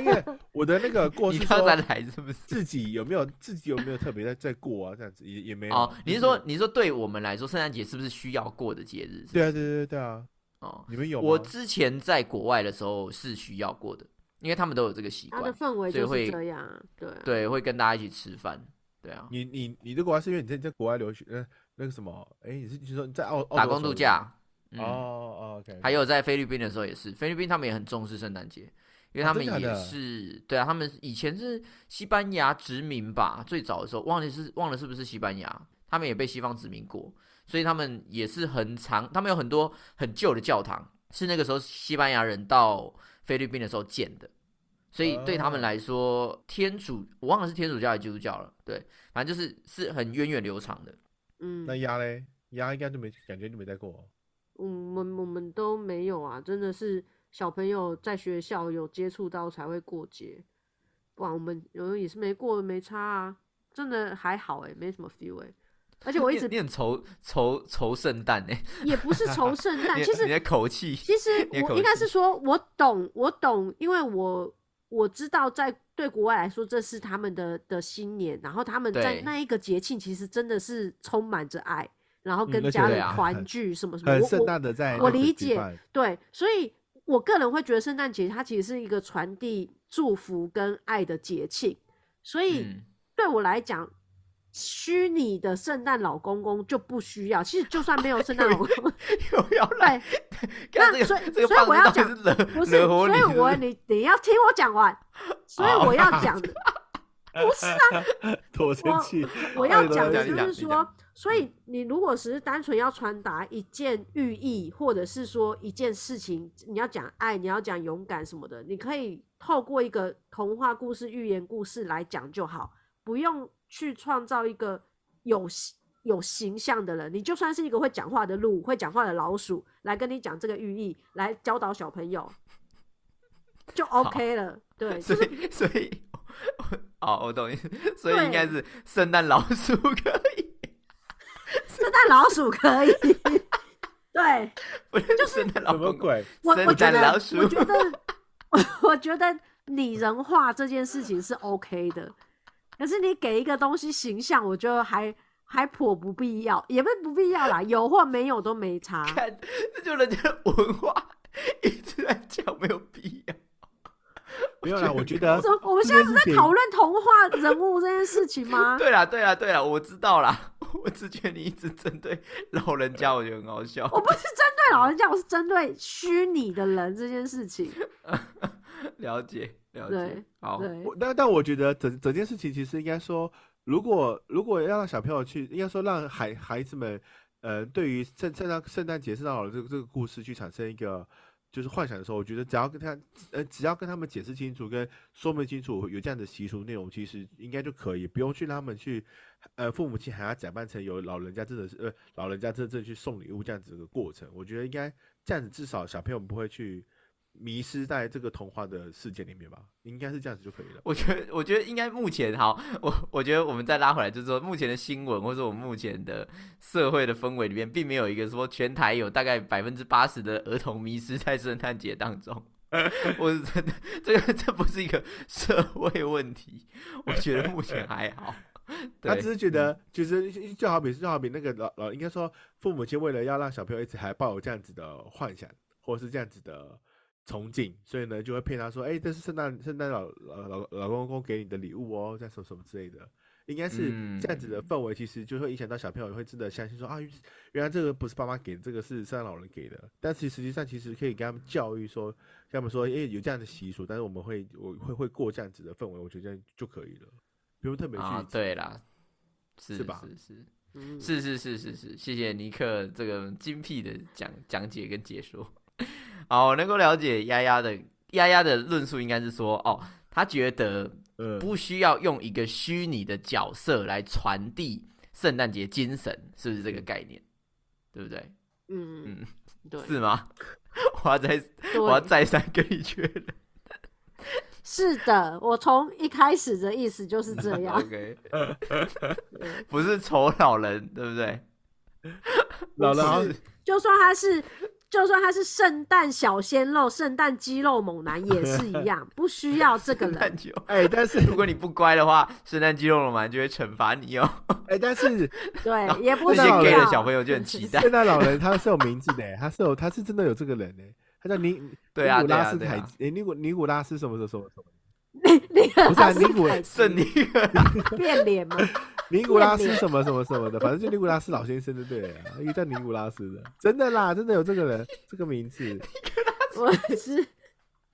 Speaker 3: 因为我的那个过
Speaker 1: 你
Speaker 3: 是
Speaker 1: 刚才
Speaker 3: 说
Speaker 1: 来是不是？
Speaker 3: 自己有没有自己有没有特别在在过啊？这样子也也没有。
Speaker 1: 哦，你是
Speaker 3: 就
Speaker 1: 说你是说对我们来说，圣诞节是不是需要过的节日？是不是
Speaker 3: 对啊，对对对对啊，
Speaker 1: 哦，
Speaker 3: 你们有吗？
Speaker 1: 我之前在国外的时候是需要过的，因为他们都有这个习
Speaker 2: 它的
Speaker 1: 惯，
Speaker 2: 氛围
Speaker 1: 所以
Speaker 2: 啊就是
Speaker 1: 会
Speaker 2: 这样啊，对啊
Speaker 1: 对，会跟大家一起吃饭，对啊，
Speaker 3: 你你你的国外是因为你在你在国外留学，呃，那个什么，哎，你是你说你在澳澳
Speaker 1: 打
Speaker 3: 洲的
Speaker 1: 工
Speaker 3: 时候
Speaker 1: 度假，
Speaker 3: 是
Speaker 1: 嗯，
Speaker 3: 吗？哦哦，OK，
Speaker 1: 还有在菲律宾的时候也是，菲律宾他们也很重视圣诞节，因为
Speaker 3: 哦
Speaker 1: 他们
Speaker 3: 真
Speaker 1: 也
Speaker 3: 假的
Speaker 1: 是、对啊，他们以前是西班牙殖民吧，最早的时候忘了是忘了是不是西班牙，他们也被西方殖民过，所以他们也是很长，他们有很多很旧的教堂，是那个时候西班牙人到菲律宾的时候建的。所以对他们
Speaker 3: 哦
Speaker 1: 来说，天主我忘了是天主教还是基督教了，对，反正就是是很源远流长的。
Speaker 2: 嗯
Speaker 3: 那，鸭嘞，鸭应该就没感觉就没在过。哦
Speaker 2: 嗯我们我们都没有啊，真的是小朋友在学校有接触到才会过节，不然我们有人也是没过没差啊，真的还好哎、没什么 feel 哎、而且我一
Speaker 1: 你
Speaker 2: 直
Speaker 1: 你很仇仇仇圣诞呢，
Speaker 2: 也 不是仇圣诞，
Speaker 1: 你
Speaker 2: 其实
Speaker 1: 你的口气，
Speaker 2: 其实
Speaker 1: 你的
Speaker 2: 我
Speaker 1: 口
Speaker 2: 应该
Speaker 1: 气
Speaker 2: 是说，我懂，我懂，因为我我知道在对国外来说，这是他们的的新年，然后他们在
Speaker 1: 对
Speaker 2: 那一个节庆，其实真的是充满着爱，然后
Speaker 3: 嗯
Speaker 2: 跟
Speaker 3: 而且
Speaker 2: 家
Speaker 1: 对
Speaker 2: 人
Speaker 1: 啊
Speaker 2: 团聚什么什么，
Speaker 3: 很
Speaker 2: 我
Speaker 3: 盛
Speaker 2: 我
Speaker 3: 大的在
Speaker 2: 我
Speaker 3: 那个
Speaker 2: 理
Speaker 3: 举
Speaker 2: 解
Speaker 3: 办
Speaker 2: 对，所以我个人会觉得圣诞节它其实是一个传递祝福跟爱的节庆，所以。
Speaker 1: 嗯
Speaker 2: 对我来讲，虚拟的圣诞老公公就不需要。其实就算没有圣诞老公公，
Speaker 1: 又要来，
Speaker 2: 对，
Speaker 1: 看
Speaker 2: 哎那
Speaker 1: 这
Speaker 2: 所
Speaker 1: 个
Speaker 2: 以
Speaker 1: 这个
Speaker 2: 所以
Speaker 1: 胖
Speaker 2: 我
Speaker 1: 子
Speaker 2: 要
Speaker 1: 到底
Speaker 2: 讲
Speaker 1: 是惹
Speaker 2: 不是，
Speaker 1: 惹火
Speaker 2: 所
Speaker 1: 你
Speaker 2: 以
Speaker 1: 是不
Speaker 2: 我
Speaker 1: 是
Speaker 2: 你你要听我讲完，所以
Speaker 1: 好
Speaker 2: 我要讲的，不是啊，
Speaker 3: 我生气，
Speaker 2: 我要
Speaker 3: 哎
Speaker 2: 讲的
Speaker 1: 你
Speaker 2: 就
Speaker 1: 讲
Speaker 2: 是
Speaker 1: 你讲
Speaker 2: 说，所
Speaker 1: 嗯
Speaker 2: 以你如果只是单纯要传达一件寓意，或者是说一件事情，你要讲爱，你要讲勇敢什么的，你可以透过一个童话故事、寓言故事来讲就好，不用去创造一个有形有形象的人。你就算是一个会讲话的鹿、会讲话的老鼠，来跟你讲这个寓意，来教导小朋友，就 OK 了。对，
Speaker 1: 所
Speaker 2: 就是
Speaker 1: 以所以，哦，我懂你，所以
Speaker 2: 对
Speaker 1: 应该是圣诞老鼠可以，
Speaker 2: 圣诞老鼠可以。 对，
Speaker 1: 不是圣诞老
Speaker 3: 什么
Speaker 1: 公公，
Speaker 3: 鬼？
Speaker 2: 我我
Speaker 1: 圣
Speaker 2: 觉
Speaker 1: 诞
Speaker 2: 得，
Speaker 1: 老鼠
Speaker 2: 我 觉得，我我觉得拟人化这件事情是 OK 的，可是你给一个东西形象，我觉得还还颇不必要，也不是不必要啦，有或没有都没差。
Speaker 1: 看这就人家的文化一直在讲没有必要，
Speaker 3: 没有啦，我觉
Speaker 2: 我
Speaker 3: 得
Speaker 2: 怎么我们现在不是在讨论童话人物这件事情吗？
Speaker 1: 对啦对啦对啦，我知道啦，我只觉得你一直针对老人
Speaker 2: 呃
Speaker 1: 家，我觉得很好笑，
Speaker 2: 我不是针对老人家，我是针对虚拟的人这件事情。
Speaker 1: 了解了解
Speaker 2: 对，
Speaker 1: 好，
Speaker 2: 对，
Speaker 3: 我但但我觉得整整件事情其实应该说，如果如果要让小朋友去，应该说让孩孩子们，呃，对于圣圣诞圣诞节圣诞老人这个这个故事去产生一个就是幻想的时候，我觉得只要跟他呃只要跟他们解释清楚跟说明清楚有这样的习俗内容，其实应该就可以，不用去让他们去，呃，父母亲还要假扮成有老人家真的是呃老人家真正去送礼物这样子的过程，我觉得应该这样子至少小朋友不会去。迷失在这个童话的世界里面吧，应该是这样子就可以了。
Speaker 1: 我觉得，我觉得应该目前好，我我觉得我们再拉回来，就是说目前的新闻，或者说我们目前的社会的氛围里面，并没有一个说全台有大概百分之八十的儿童迷失在圣诞节当中。 我是真的，这个这不是一个社会问题，我觉得目前还好。 对，
Speaker 3: 他
Speaker 1: 嗯
Speaker 3: 只是觉得，就是就好比就好比那个老老，应该说父母亲为了要让小朋友一直还抱有这样子的幻想，或者是这样子的憧憬，所以呢就会骗他说，哎、这是圣诞圣诞老老老老公公给你的礼物哦，这样什么什么之类的。应该是
Speaker 1: 嗯
Speaker 3: 这样子的氛围，其实就会影响到小朋友会真的相信说啊，原来这个不是爸妈给的，这个是圣诞老人给的。但其实实际上，其实可以跟他们教育说，跟他们说，哎、有这样的习俗，但是我们会我会会过这样子的氛围，我觉得这样就可以了，不用特别去
Speaker 1: 啊，对啦，是
Speaker 3: 是吧
Speaker 1: 是是
Speaker 2: 嗯
Speaker 1: 是是是是是，谢谢尼克这个精辟的讲讲解跟解说。 好，我能够了解丫丫的丫丫的论述，应该是说，哦，他觉得
Speaker 3: 嗯，
Speaker 1: 不需要用一个虚拟的角色来传递圣诞节精神，是不是这个概念？对不对？
Speaker 2: 嗯
Speaker 1: 嗯
Speaker 2: 嗯，对，
Speaker 1: 是吗？ 我要再
Speaker 2: 对
Speaker 1: 我要再三跟你确认。
Speaker 2: 是的，我从一开始的意思就是这 样。
Speaker 1: OK，
Speaker 2: 对
Speaker 1: 不是丑老人，对不对？
Speaker 3: 老了好像
Speaker 2: 就算他是，就算他是圣诞小鲜肉、圣诞肌肉猛男也是一样，不需要这个
Speaker 1: 圣诞
Speaker 2: 人。
Speaker 1: 酒，
Speaker 3: 哎，但是
Speaker 1: 如果你不乖的话，圣诞肌肉龙男就会惩罚你哦。
Speaker 3: 哎，但是
Speaker 2: 对，也不
Speaker 1: 这
Speaker 2: 需
Speaker 1: 些
Speaker 2: 要。
Speaker 3: 给
Speaker 1: gay 的 小朋友就很期待。
Speaker 3: 圣诞老人他是有名字的，他是有他是真的有这个人呢，欸他叫 尼
Speaker 1: 对啊
Speaker 3: 尼古拉斯
Speaker 1: 对啊
Speaker 3: 凯
Speaker 1: 对啊
Speaker 3: 哎尼古尼古拉斯什么什么什么什么
Speaker 2: 那个
Speaker 3: 不是
Speaker 2: 他
Speaker 3: 啊尼古
Speaker 2: 凯
Speaker 1: 圣尼克
Speaker 2: 变脸 吗？
Speaker 3: 尼古拉斯什么什么什么的，反正就尼古拉斯老先生就对了啊，一个叫尼古拉斯的，真的啦，真的有这个人这个 名字，
Speaker 2: 我是，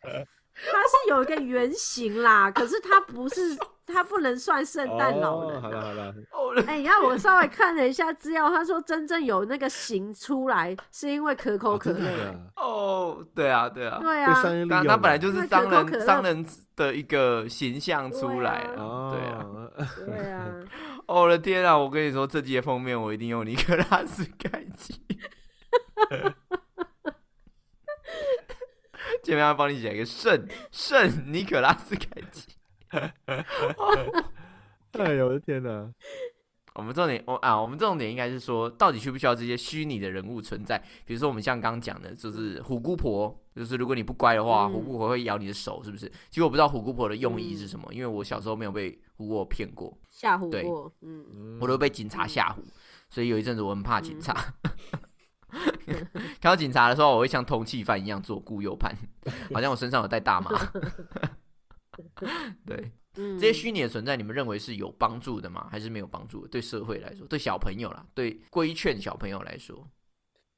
Speaker 2: 他是有一个原型啦，可是他不是，他不能算圣诞老
Speaker 3: 哦
Speaker 2: 人
Speaker 3: 好
Speaker 2: 啊。
Speaker 3: 了好了，
Speaker 1: 哦人
Speaker 2: 哎、你看我稍微看了一下资料，他说真正有那个型出来，是因为可口
Speaker 3: 哦
Speaker 2: 可
Speaker 3: 真的
Speaker 2: 乐。
Speaker 3: 啊
Speaker 1: 哦，对啊，对啊，
Speaker 2: 对
Speaker 3: 被
Speaker 2: 啊
Speaker 3: 商，业利
Speaker 1: 他
Speaker 3: 用
Speaker 1: 他
Speaker 3: 了，
Speaker 1: 本来就是商
Speaker 2: 那可口可
Speaker 1: 人
Speaker 2: 乐
Speaker 1: 商人的一个形象出来
Speaker 2: 对
Speaker 1: 了。对啊，
Speaker 3: 哦，
Speaker 2: 对啊，
Speaker 1: 哦我的天啊！我跟你说，这集的封面我一定用尼克拉斯凯奇。 前面要帮你写一个圣圣尼可拉斯凯奇。
Speaker 3: 哎呦我的天哪！
Speaker 1: 我们重点，我啊，我们重点应该是说，到底需不需要这些虚拟的人物存在？比如说，我们像刚刚讲的，就是虎姑婆，就是如果你不乖的话，
Speaker 2: 嗯
Speaker 1: 虎姑婆会咬你的手，是不是？其实我不知道虎姑婆的用意
Speaker 2: 嗯
Speaker 1: 是什么，因为我小时候没有被虎姑婆骗过，
Speaker 2: 吓唬
Speaker 1: 对
Speaker 2: 过，嗯，
Speaker 3: 嗯
Speaker 1: 我都被警察吓唬，所以有一阵子我很怕警察。 看到警察的时候，我会像通缉犯一样左顾右盼， 好像我身上有带大麻。 对，
Speaker 2: 嗯
Speaker 1: 这些虚拟的存在，你们认为是有帮助的吗？还是没有帮助的？对社会来说，对小朋友啦，对规劝小朋友来说，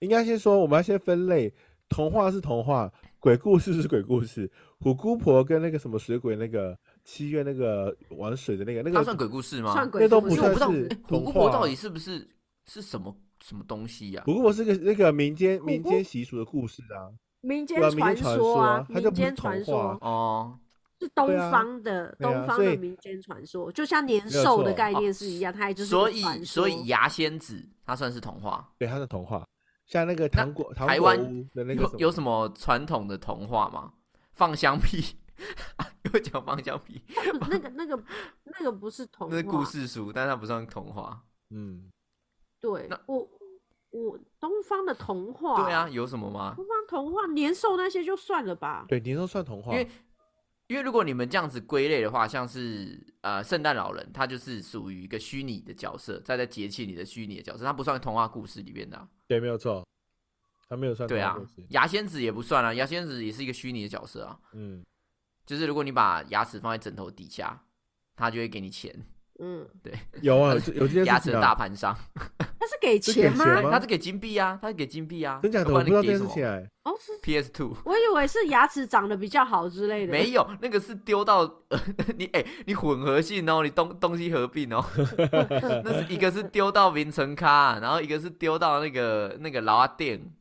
Speaker 3: 应该先说，我们要先分类，童话是童话，鬼故事是鬼故事。虎姑婆跟那个什么水鬼那个七月那个玩水的那个那
Speaker 1: 啊它算
Speaker 3: 个，
Speaker 1: 鬼故事吗？
Speaker 2: 算鬼
Speaker 3: 那都
Speaker 2: 故
Speaker 3: 不
Speaker 1: 因
Speaker 2: 事
Speaker 1: 为我
Speaker 3: 算
Speaker 1: 不知道
Speaker 3: 是
Speaker 1: 哎
Speaker 3: 童
Speaker 1: 虎姑婆
Speaker 3: 话啊
Speaker 1: 到底是不是是什么什么东西啊呀、
Speaker 3: 虎姑婆是个那个民间
Speaker 2: 姑
Speaker 3: 民间习俗的故事啊。
Speaker 2: 民
Speaker 3: 对
Speaker 2: 间
Speaker 3: 啊民间传
Speaker 2: 说
Speaker 3: 说
Speaker 2: 啊
Speaker 3: 啊，它就
Speaker 2: 民
Speaker 3: 不是
Speaker 2: 间传
Speaker 3: 童
Speaker 2: 说啊
Speaker 3: 话
Speaker 1: 哦，
Speaker 2: 是东
Speaker 3: 对啊
Speaker 2: 方的
Speaker 3: 对啊
Speaker 2: 东方
Speaker 3: 所
Speaker 2: 的
Speaker 3: 以
Speaker 2: 民间传说，就像年
Speaker 3: 没有
Speaker 2: 兽的
Speaker 3: 错
Speaker 2: 概
Speaker 1: 哦
Speaker 2: 念是一样，它也就是
Speaker 1: 所
Speaker 2: 个传
Speaker 1: 以所以
Speaker 2: 说
Speaker 1: 牙仙子它算是童话，
Speaker 3: 对，它是童话。像那个糖果糖
Speaker 1: 台
Speaker 3: 果
Speaker 1: 湾
Speaker 3: 屋的那个
Speaker 1: 有有什
Speaker 3: 么？
Speaker 1: 么传统的童话吗？放香屁， 又讲放香屁，
Speaker 2: 不 那个那个那个不是童
Speaker 1: 那是
Speaker 2: 话，
Speaker 1: 故事书，但它不算童话。
Speaker 3: 嗯，
Speaker 2: 对
Speaker 1: 那，
Speaker 2: 我我东方的童话，
Speaker 1: 对啊，，有什么吗？
Speaker 2: 东方童话年兽那些就算了吧，
Speaker 3: 对，年兽算童话
Speaker 1: 因，为因为如果你们这样子归类的话，像是呃圣诞老人，他就是属于一个虚拟的角色，在在节气里的虚拟的角色，他不算童话故事里面的啊、
Speaker 3: 对，没有错，它没有算童
Speaker 1: 对
Speaker 3: 话
Speaker 1: 啊
Speaker 3: 故事。，
Speaker 1: 牙仙子也不算啊，牙仙子也是一个虚拟的角色啊。
Speaker 3: 嗯，
Speaker 1: 就是如果你把牙齿放在枕头底下，他就会给你钱，
Speaker 2: 嗯，
Speaker 3: 有啊，有这有这件
Speaker 1: 牙齿
Speaker 3: 事情
Speaker 1: 的
Speaker 3: 啊
Speaker 1: 大盘商，
Speaker 2: 那是给
Speaker 3: 是给
Speaker 2: 钱吗？
Speaker 3: 钱吗
Speaker 1: 他是给金币啊，他是给金币啊，
Speaker 3: 真假的，
Speaker 1: 要
Speaker 3: 我
Speaker 1: 然
Speaker 3: 不知道
Speaker 1: 你
Speaker 3: 这
Speaker 1: 给
Speaker 3: 件
Speaker 1: 什
Speaker 3: 事
Speaker 1: 么
Speaker 3: 情哎。
Speaker 2: 哦，是
Speaker 1: PS Two
Speaker 2: 我以为是牙齿长得比较好之类的，
Speaker 1: 没有，那个是丢到、 呃、你哎、你混合性哦，你东东西合并哦， 那是一个是丢到名城咖，然后一个是丢到那个那个老阿店，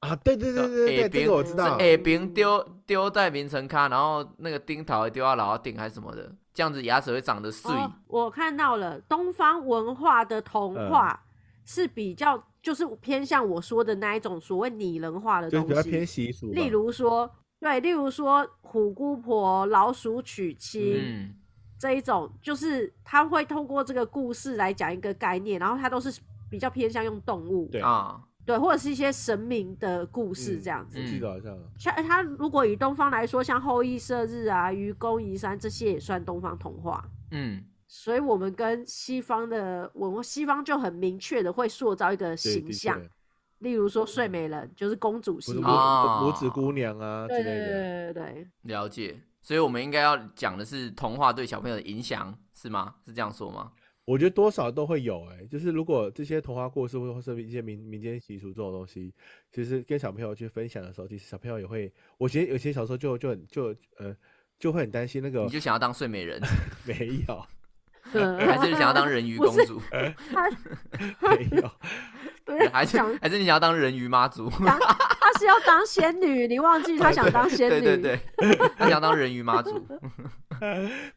Speaker 3: 啊，对对对
Speaker 1: 哎
Speaker 3: 对对，
Speaker 1: 别
Speaker 3: 这个我知
Speaker 2: 是
Speaker 3: 道。
Speaker 1: 哎、别丢丢在名城咖，然后那个丁桃丢到老阿店还是什么的，这样子牙齿会长得碎。
Speaker 2: 哦，我看到了东方文化的童
Speaker 3: 嗯
Speaker 2: 话是比较就是偏向我说的那一种所谓拟人化的
Speaker 3: 就是比
Speaker 2: 东
Speaker 3: 较
Speaker 2: 西，
Speaker 3: 偏习俗吧。
Speaker 2: 例如说，对，例如说虎姑婆、老鼠娶亲。
Speaker 1: 嗯，
Speaker 2: 这一种，就是他会通过这个故事来讲一个概念，然后他都是比较偏向用动物，
Speaker 3: 对嗯
Speaker 1: 啊，
Speaker 2: 对或者是一些神明的故事这样子。
Speaker 3: 我记
Speaker 1: 嗯
Speaker 3: 得好像
Speaker 2: 像他如果以东方来说，像后羿射日啊、愚公移山这些也算东方童话，
Speaker 1: 嗯，
Speaker 2: 所以我们跟西方的文化，西方就很明确的会塑造一个
Speaker 3: 对
Speaker 2: 形
Speaker 3: 的
Speaker 2: 象
Speaker 3: 确，
Speaker 2: 例如说睡美人就是公主
Speaker 3: 不
Speaker 2: 系
Speaker 3: 是
Speaker 2: 列，
Speaker 3: 拇
Speaker 1: 啊
Speaker 3: 拇拇指姑娘啊之
Speaker 2: 对
Speaker 3: 类
Speaker 2: 对
Speaker 3: 的。
Speaker 2: 对对对，
Speaker 1: 了解。所以我们应该要讲的是童话对小朋友的影响，是吗？是这样说吗？
Speaker 3: 我觉得多少都会有哎、就是如果这些童话故事或者是一些民民间习俗这种东西，其实跟小朋友去分享的时候，其实小朋友也会，我其实有些小时候就就很就呃就会很担心那个
Speaker 1: 你就想要当睡美人，
Speaker 3: 没有
Speaker 1: 还是你想要当人鱼公主，
Speaker 2: 他
Speaker 3: 没有，
Speaker 2: 对
Speaker 1: 还 是
Speaker 2: 想
Speaker 1: 还是你想要当人鱼妈祖？
Speaker 2: 他是要当仙女，你忘记他想当仙 女，
Speaker 1: 对对对，他想当人鱼妈祖。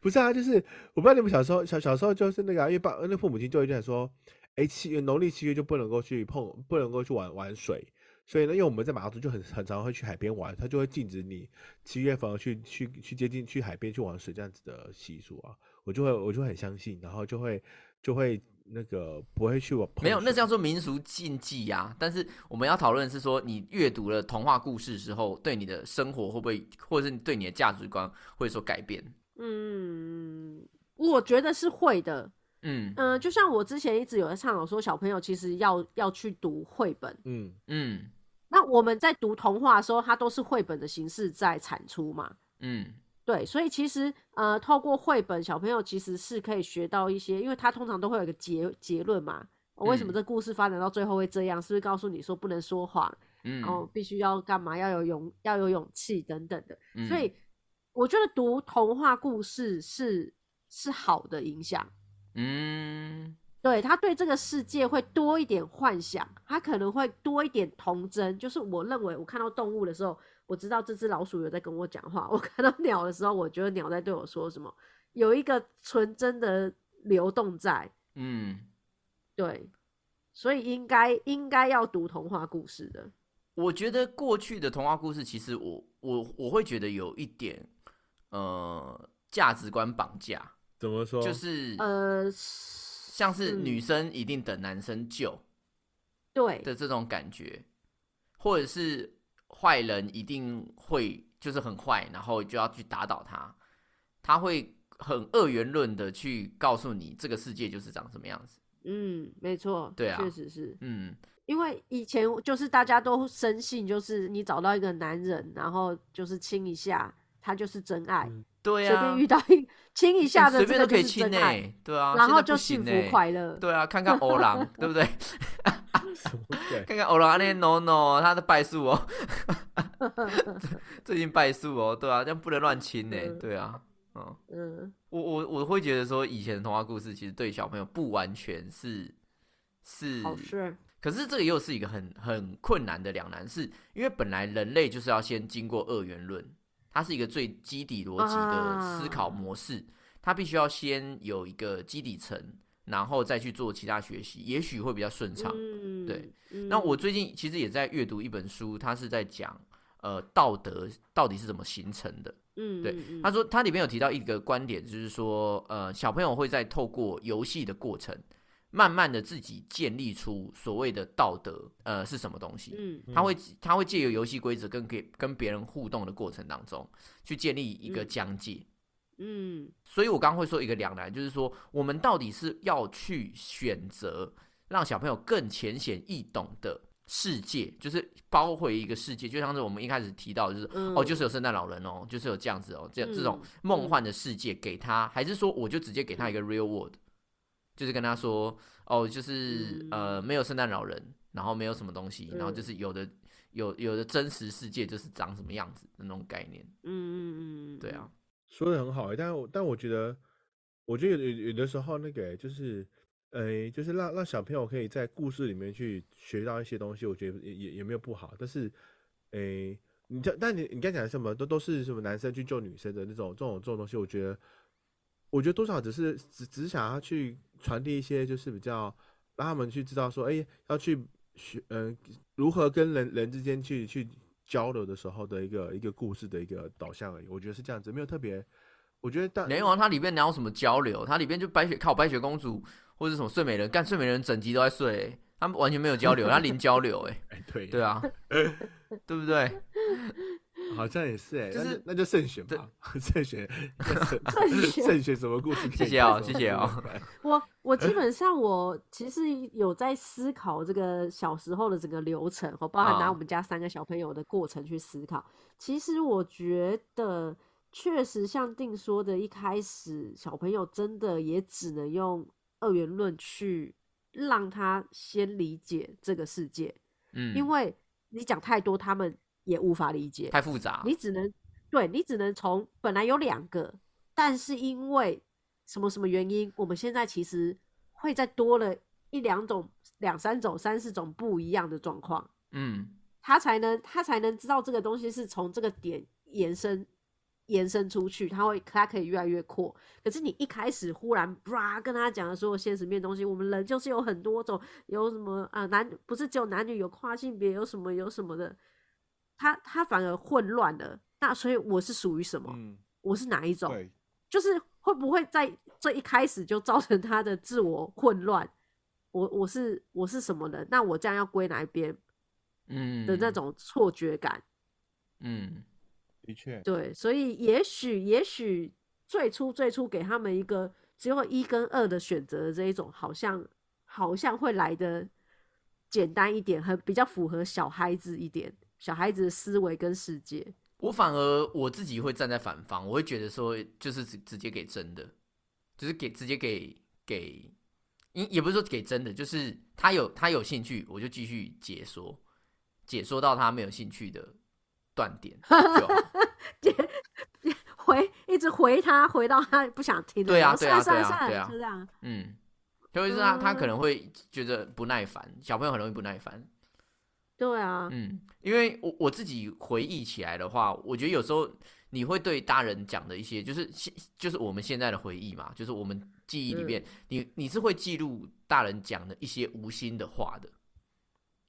Speaker 3: 不是啊，就是我不知道你们小时候小小时候就是那个、啊，因为爸那父母亲就一直在说，哎七月农历七月就不能够去碰，不能够去玩玩水。所以呢，因为我们在马祖就很很常会去海边玩，他就会禁止你七月份去去去接近去海边去玩水这样子的习俗啊，我就会我就会很相信，然后就会就会那个不会去玩。
Speaker 1: 没有，那
Speaker 3: 叫
Speaker 1: 叫做民俗禁忌呀、但是我们要讨论的是说，你阅读了童话故事之后，对你的生活会不会，或者是对你的价值观会有所改变？
Speaker 2: 嗯，我觉得是会的。
Speaker 1: 嗯
Speaker 2: 嗯、就像我之前一直有在倡导说，小朋友其实要要去读绘本。
Speaker 3: 嗯
Speaker 1: 嗯
Speaker 2: 那我们在读童话的时候，它都是绘本的形式在产出嘛？
Speaker 1: 嗯
Speaker 2: 对，所以其实呃，透过绘本，小朋友其实是可以学到一些，因为他通常都会有一个结结论嘛。哦为什么
Speaker 1: 嗯
Speaker 2: 这故事发展到最后会这样？是不是告诉你说不能说谎，
Speaker 1: 嗯，
Speaker 2: 然后必须要干嘛？要有勇，要有勇气等等的。
Speaker 1: 嗯
Speaker 2: 所以我觉得读童话故事是是好的影响，
Speaker 1: 嗯
Speaker 2: 对他对这个世界会多一点幻想，他可能会多一点童真。就是我认为我看到动物的时候，我知道这只老鼠有在跟我讲话；我看到鸟的时候，我觉得鸟在对我说什么，有一个纯真的流动在。
Speaker 1: 嗯，
Speaker 2: 对，所以应该应该要读童话故事的。
Speaker 1: 我觉得过去的童话故事，其实我我我会觉得有一点呃价值观绑架，
Speaker 3: 怎么说？
Speaker 1: 就是
Speaker 2: 哦呃，
Speaker 1: 像是
Speaker 2: 嗯
Speaker 1: 女生一定等男生救
Speaker 2: 对，
Speaker 1: 的这种感觉，或者是坏人一定会就是很坏，然后就要去打倒他，他会很二元论的去告诉你这个世界就是长什么样子。
Speaker 2: 嗯，没错，
Speaker 1: 对啊
Speaker 2: 确实是
Speaker 1: 嗯
Speaker 2: 因为以前就是大家都深信，就是你找到一个男人，然后就是亲一下，他就是真爱。
Speaker 3: 嗯
Speaker 1: 对
Speaker 2: 随
Speaker 1: 呀、
Speaker 2: 便遇到一亲一下
Speaker 1: 随
Speaker 2: 的，
Speaker 1: 便
Speaker 2: 这
Speaker 1: 都可
Speaker 2: 个就
Speaker 1: 以
Speaker 2: 是
Speaker 1: 亲
Speaker 2: 真
Speaker 1: 呢、
Speaker 2: 爱，
Speaker 1: 对啊，
Speaker 2: 然
Speaker 1: 现在
Speaker 2: 后
Speaker 1: 不
Speaker 2: 就
Speaker 1: 行
Speaker 2: 幸福
Speaker 1: 欸
Speaker 2: 快乐。
Speaker 1: 对啊，看看欧郎，对不对？
Speaker 3: 什么 鬼？
Speaker 1: 看看欧郎啊那 no no，他的败诉哦， 最近败诉哦，对啊，这样不能乱亲呢、
Speaker 2: 嗯
Speaker 1: 对啊，嗯，
Speaker 2: 嗯，
Speaker 1: 我我我会觉得说，以前的童话故事其实对小朋友不完全是是
Speaker 2: 好事。
Speaker 1: 可是这个又是一个很很困难的两难，是因为本来人类就是要先经过二元论，它是一个最基底逻辑的思
Speaker 2: 啊
Speaker 1: 考模式，它必须要先有一个基底层，然后再去做其他学习，也许会比较顺畅。
Speaker 2: 嗯，
Speaker 1: 对
Speaker 2: 嗯。
Speaker 1: 那我最近其实也在阅读一本书，它是在讲呃道德到底是怎么形成的。
Speaker 2: 嗯，
Speaker 1: 对
Speaker 2: 嗯，
Speaker 1: 他说他里面有提到一个观点，就是说，呃，小朋友会在透过游戏的过程，慢慢的自己建立出所谓的道德，呃，是什么东西？
Speaker 2: 嗯
Speaker 1: 他会他会借由游戏规则跟给跟别人互动的过程当中，去建立一个
Speaker 2: 嗯
Speaker 1: 疆界。
Speaker 2: 嗯
Speaker 1: 所以我刚刚会说一个两难，就是说我们到底是要去选择让小朋友更浅显易懂的世界，就是包回一个世界，就像是我们一开始提到，就是、
Speaker 2: 嗯
Speaker 1: 哦，就是有圣诞老人哦，就是有这样子哦，这样这种
Speaker 2: 嗯
Speaker 1: 梦幻的世界给他，还是说我就直接给他一个 real world，就是跟他说哦，就是、
Speaker 2: 嗯
Speaker 1: 呃没有圣诞老人，然后没有什么东西，然后就是有的有有的真实世界就是长什么样子的那种概念，
Speaker 2: 嗯嗯嗯，
Speaker 1: 对啊，
Speaker 3: 说的很好、欸，但我但我觉得，我觉得有有有的时候那个欸、就是，呃、就是让让小朋友可以在故事里面去学到一些东西，我觉得也也也没有不好。但是，呃、你这但你你刚才讲的什么都都是什么男生去救女生的那种这种这种东西，我觉得，我觉得多少只是只只是想要去传递一些就是比较让他们去知道说，哎、要去学，嗯、如何跟人人之间去去交流的时候的一个一个故事的一个导向而已，我觉得是这样子，没有特别。我觉得
Speaker 2: 嗯
Speaker 3: 大
Speaker 1: 雷王它里面哪有啊什么交流？它里面就白雪靠白雪公主或者什么睡美人，干睡美人整集都在睡、欸他们完全没有交流，他零交流、欸，
Speaker 3: 哎， 对
Speaker 1: 对 啊，对不对？
Speaker 3: 好像也是哎，
Speaker 1: 就
Speaker 3: 那
Speaker 1: 是
Speaker 3: 那就慎选吧，慎选
Speaker 2: 慎选
Speaker 3: 慎选什么故事可以
Speaker 1: 谢谢
Speaker 3: 看
Speaker 1: 哦
Speaker 3: 什么
Speaker 1: 谢谢
Speaker 3: 故
Speaker 1: 哦
Speaker 3: 事可以看
Speaker 2: 我 我基本上我其实有在思考这个小时候的整个流程，我包含拿
Speaker 1: 啊
Speaker 2: 我们家三个小朋友的过程去思考。其实我觉得，确实像定说的，一开始小朋友真的也只能用二元论去让他先理解这个世界，
Speaker 1: 嗯，
Speaker 2: 因为你讲太多，他们也无法理解。
Speaker 1: 太复杂，
Speaker 2: 你只能对你只能从本来有两个，但是因为什么什么原因，我们现在其实会再多了一两种、两三种、三四种不一样的状况，
Speaker 1: 嗯
Speaker 2: 他才能他才能知道这个东西是从这个点延伸延伸出去，它会它可以越来越阔。可是你一开始忽然吧跟他讲的所有现实面东西，我们人就是有很多种，有什么啊男不是只有男女，有跨性别，有什么有什么的，他他反而混乱了。那所以我是属于什么？
Speaker 3: 嗯，
Speaker 2: 我是哪一种？
Speaker 3: 对，
Speaker 2: 就是会不会在最一开始就造成他的自我混乱？我我是我是什么人？那我这样要归哪一边
Speaker 1: 嗯
Speaker 2: 的那，种错觉感？
Speaker 1: 嗯
Speaker 3: 的确，
Speaker 2: 对，所以也许也许最初最初给他们一个只有一跟二的选择的这一种，好像好像会来的简单一点，很比较符合小孩子一点，小孩子的思维跟世界。
Speaker 1: 我反而我自己会站在反方，我会觉得说，就是直直接给真的，就是给直接给给，也也不是说给真的，就是他有他有兴趣，我就继续解说，解说到他没有兴趣的断点就好。
Speaker 2: 回一直回他，回到他不想听的
Speaker 1: 对
Speaker 2: 地
Speaker 1: 啊
Speaker 2: 方。
Speaker 1: 对
Speaker 2: 算
Speaker 1: 啊
Speaker 2: 了算
Speaker 1: 对
Speaker 2: 了
Speaker 1: 啊
Speaker 2: 算
Speaker 1: 对
Speaker 2: 了，
Speaker 1: 啊
Speaker 2: 就这样。
Speaker 1: 嗯，特别是他他
Speaker 2: 嗯
Speaker 1: 可能会觉得不耐烦，小朋友很容易不耐烦，
Speaker 2: 对啊，
Speaker 1: 嗯，因为我我自己回忆起来的话，我觉得有时候你会对大人讲的一些，就是现就是我们现在的回忆嘛，就是我们记忆里面，你你是会记录大人讲的一些无心的话的，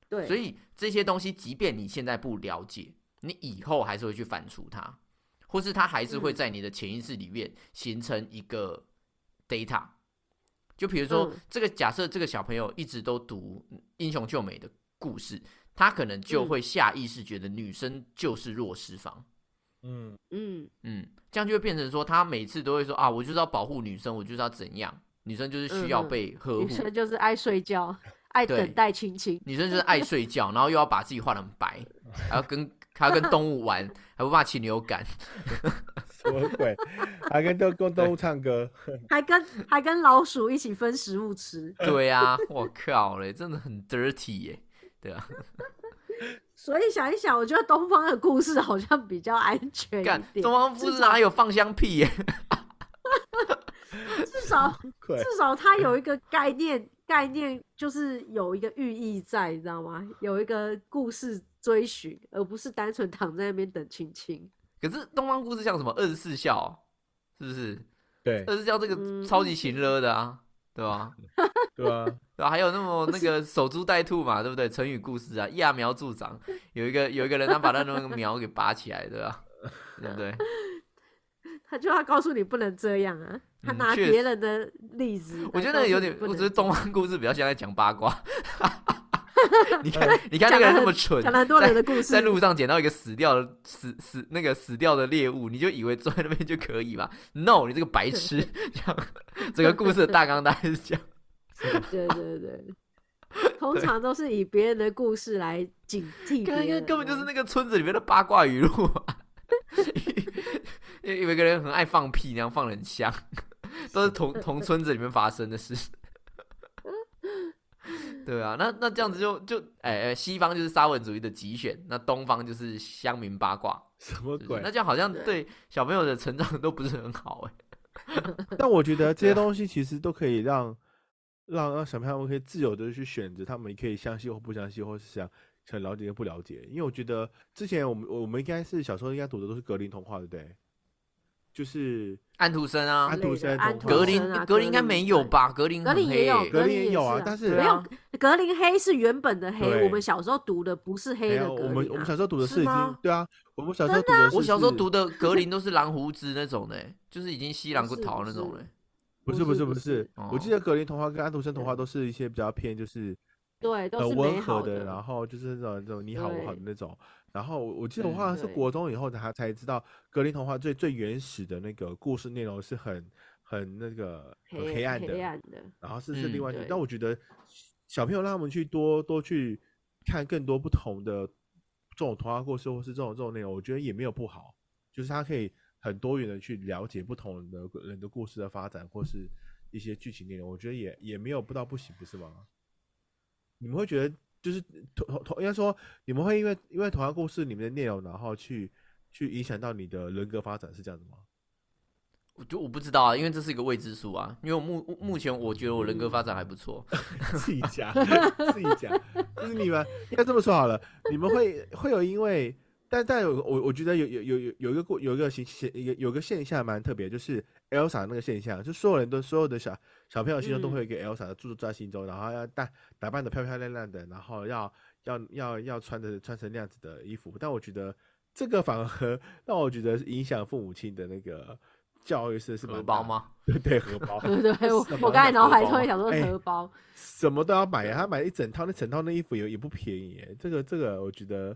Speaker 2: 对，
Speaker 1: 所以这些东西，即便你现在不了解，你以后还是会去反刍它，或是它还是会
Speaker 2: 嗯
Speaker 1: 在你的潜意识里面形成一个 data。就比如说，
Speaker 2: 嗯
Speaker 1: 这个假设这个小朋友一直都读英雄救美的故事，他可能就
Speaker 2: 嗯
Speaker 1: 会下意识觉得女生就是弱势方。
Speaker 3: 嗯，
Speaker 2: 嗯，
Speaker 1: 嗯，这样就会变成说，他每次都会说啊，我就是要保护女生，我就是要怎样，女生就是需要
Speaker 2: 嗯嗯
Speaker 1: 被呵护。
Speaker 2: 女生就是爱睡觉，爱
Speaker 1: 对
Speaker 2: 等待亲亲。
Speaker 1: 女生就是爱睡觉，然后又要把自己画得很白，还要跟还要跟动物玩，还不怕禽流感。
Speaker 3: 什么鬼？还跟动跟动物 唱歌，
Speaker 2: 还跟还跟老鼠一起分食物吃，
Speaker 1: 对啊，我靠嘞，真的很 dirty 耶、对啊，
Speaker 2: 所以想一想，我觉得东方的故事好像比较安全
Speaker 1: 干
Speaker 2: 一 点
Speaker 1: 东，方不是哪有放香屁耶、
Speaker 2: 至少
Speaker 3: 鬼
Speaker 2: 至少它有一个概念，概念就是有一个寓意在，你知道吗？有一个故事追寻，而不是单纯躺在那边等亲亲。
Speaker 1: 可是东方故事像什么二十四孝哦、是不是？
Speaker 3: 对
Speaker 1: 二十四孝这
Speaker 2: 嗯
Speaker 1: 个超级情勒的啊，对吧、
Speaker 3: 对啊，
Speaker 1: 对啊，还有那么那个守株待兔嘛，对不对？成语故事啊，揠苗助长，有一个有一个人他把他那个苗给拔起来，对吧、对不对？
Speaker 2: 他就要告诉你不能这样啊，他
Speaker 1: 嗯
Speaker 2: 拿
Speaker 1: 确
Speaker 2: 别
Speaker 1: 实
Speaker 2: 人的例子来哎告诉你不能这
Speaker 1: 我觉得
Speaker 2: 样，
Speaker 1: 那个有点，我觉得东方故事比较像在讲八卦。 你看，你看那个
Speaker 2: 讲了
Speaker 1: 人那
Speaker 2: 很
Speaker 1: 么蠢，
Speaker 2: 讲了很多人的故事
Speaker 1: 在，在路上捡到一个死掉的死死那个死掉的猎物，你就以为坐在那边就可以吧？No，你这个白痴！这样，整个故事的大纲大概是这样。
Speaker 2: 对对对，通常都是以别人的故事来警惕别
Speaker 1: 根
Speaker 2: 人
Speaker 1: 根
Speaker 2: 啊，
Speaker 1: 根本就是那个村子里面的八卦语录啊！ 有有一个人很爱放屁，那样放的很香，都是同同村子里面发生的事。对啊，那那这样子就就哎哎、西方就是沙文主义的极选，那东方就是乡民八卦，
Speaker 3: 什么
Speaker 1: 是不是
Speaker 3: 鬼
Speaker 1: 那？这样好像对小朋友的成长都不是很好哎、
Speaker 3: 但我觉得这
Speaker 1: 对
Speaker 3: 些
Speaker 1: 啊
Speaker 3: 东西其实都可以让让让小朋友们可以自由的去选择，他们可以相信或不相信，或是想想了解跟不了解。因为我觉得之前我们我们应该是小时候应该读的都是格林童话，对不对？就是
Speaker 1: 安徒生
Speaker 3: 阿
Speaker 1: 啊，
Speaker 3: 杜
Speaker 2: 类的
Speaker 3: 生
Speaker 2: 安
Speaker 3: 童
Speaker 2: 徒
Speaker 3: 话
Speaker 1: 格
Speaker 2: 生
Speaker 1: 林
Speaker 2: 啊
Speaker 1: 格林应该没有？吧？格林
Speaker 2: 格
Speaker 1: 很
Speaker 2: 林也
Speaker 1: 黑、
Speaker 2: 有
Speaker 1: 欸，
Speaker 2: 格
Speaker 3: 格
Speaker 2: 林
Speaker 3: 林
Speaker 2: 也
Speaker 3: 也有
Speaker 2: 是
Speaker 3: 啊
Speaker 2: 啊，
Speaker 3: 但是
Speaker 1: 对
Speaker 2: 嗯没
Speaker 1: 啊
Speaker 2: 有，格林黑是原本的黑，
Speaker 3: 对
Speaker 2: 我们小时候读的不是黑
Speaker 3: 没
Speaker 2: 的
Speaker 3: 有
Speaker 2: 格林、
Speaker 3: 我
Speaker 2: 啊。
Speaker 3: 们我们小时候读的
Speaker 1: 是
Speaker 3: 是已经
Speaker 1: 吗
Speaker 3: 对啊，我们小时候读的是
Speaker 1: 我小时候读
Speaker 3: 是
Speaker 1: 的格林都是蓝胡子那种的欸、就是已经西朗
Speaker 2: 不
Speaker 1: 过
Speaker 2: 是
Speaker 1: 桃
Speaker 2: 不
Speaker 1: 那
Speaker 2: 是
Speaker 1: 种的欸。
Speaker 3: 不
Speaker 2: 不
Speaker 3: 是不
Speaker 2: 是
Speaker 3: 是
Speaker 2: 不
Speaker 3: 不是，我
Speaker 1: 哦
Speaker 3: 记得格林童话跟安徒生童话
Speaker 2: 对
Speaker 3: 都是一些比较偏就是
Speaker 2: 对，都
Speaker 3: 很
Speaker 2: 是美
Speaker 3: 温和
Speaker 2: 好
Speaker 3: 的，然后就是那种那种你好我好的
Speaker 2: 对
Speaker 3: 那种。然后我我记得我
Speaker 1: 嗯
Speaker 3: 好像是
Speaker 2: 对
Speaker 3: 国中以后才才知道格林童话最最原始的那个故事内容是很很那个很
Speaker 2: 黑
Speaker 3: 黑暗的，
Speaker 2: 黑暗的，
Speaker 3: 然后是是另
Speaker 1: 嗯
Speaker 3: 外一种。
Speaker 2: 对
Speaker 3: 但我觉得小朋友让他们去多多去看更多不同的这种童话故事或是这种这种内容，我觉得也没有不好，就是他可以很多元的去了解不同的人的故事的发展或是一些剧情内容，我觉得也也没有不到不行，不是吗？你们会觉得就是同同同应该说你们会因为因为童话故事里面的内容，然后去去影响到你的人格发展，是这样子吗？
Speaker 1: 我就我不知道啊，因为这是一个未知数啊。因为我目
Speaker 3: 嗯
Speaker 1: 目前我觉得我人格发展还不错，
Speaker 3: 自己讲，自己讲，就是你们应该这么说好了，你们会会有因为但但有我我觉得有有有有有一个过有一个现现有有个现象蛮特别，就是 Elsa 那个现象，就所有人都所有的小小朋友心中都会有一个
Speaker 1: 嗯
Speaker 3: Elsa 的住在心中，然后要打打扮的漂漂亮亮的，然后要要要要穿的穿成那样子的衣服。但我觉得这个反而让我觉得影响父母亲的那个教育是是蛮
Speaker 1: 荷
Speaker 3: 大
Speaker 1: 包？吗？
Speaker 3: 对 对，荷包
Speaker 2: 对对，我
Speaker 3: 什么
Speaker 2: 我刚才脑海
Speaker 1: 啊荷包
Speaker 2: 中也想说
Speaker 3: 哎
Speaker 2: 荷包，
Speaker 3: 什么都要买啊，他买一整套，那整套那衣服也也不便宜耶。这个这个，我觉得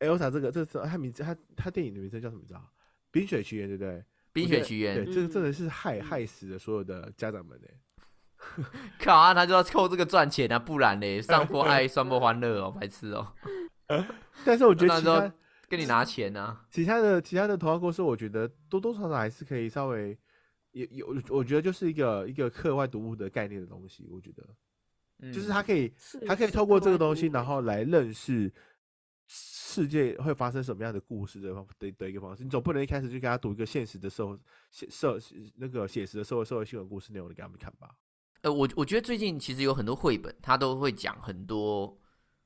Speaker 3: Elsa 这个这是他名字，他他电影的名称叫什么？你知道？冰雪奇缘，对不对？
Speaker 1: 冰雪奇
Speaker 3: 对，
Speaker 1: 缘，
Speaker 3: 这个真
Speaker 2: 嗯
Speaker 3: 的是害
Speaker 2: 嗯
Speaker 3: 害死了所有的家长们呢。
Speaker 1: 靠啊，他就要扣这个赚钱啊，不然嘞，上坡爱，酸不欢乐哦，白痴哦，
Speaker 3: 但是我觉
Speaker 1: 那
Speaker 3: 得其
Speaker 1: 时候
Speaker 3: 他
Speaker 1: 跟你拿钱啊，
Speaker 3: 其他的其他的童话故事，我觉得多多少少还是可以稍微也有，我觉得就是一个一个课外读物的概念的东西。我觉得
Speaker 1: 嗯
Speaker 3: 就是
Speaker 2: 嗯
Speaker 3: 他可以
Speaker 2: 是
Speaker 3: 他可以
Speaker 2: 是嗯
Speaker 3: 透过这
Speaker 2: 外
Speaker 3: 个东
Speaker 2: 国
Speaker 3: 西，
Speaker 2: 人
Speaker 3: 然后来认识世界会发生什么样的故事的方的的一个方式。你总不能一开始就给他读一个现实的社会写社那个写实的社会社会新闻故事内容给他们看吧？
Speaker 1: 呃，我我觉得最近其实有很多绘本，它都会讲很多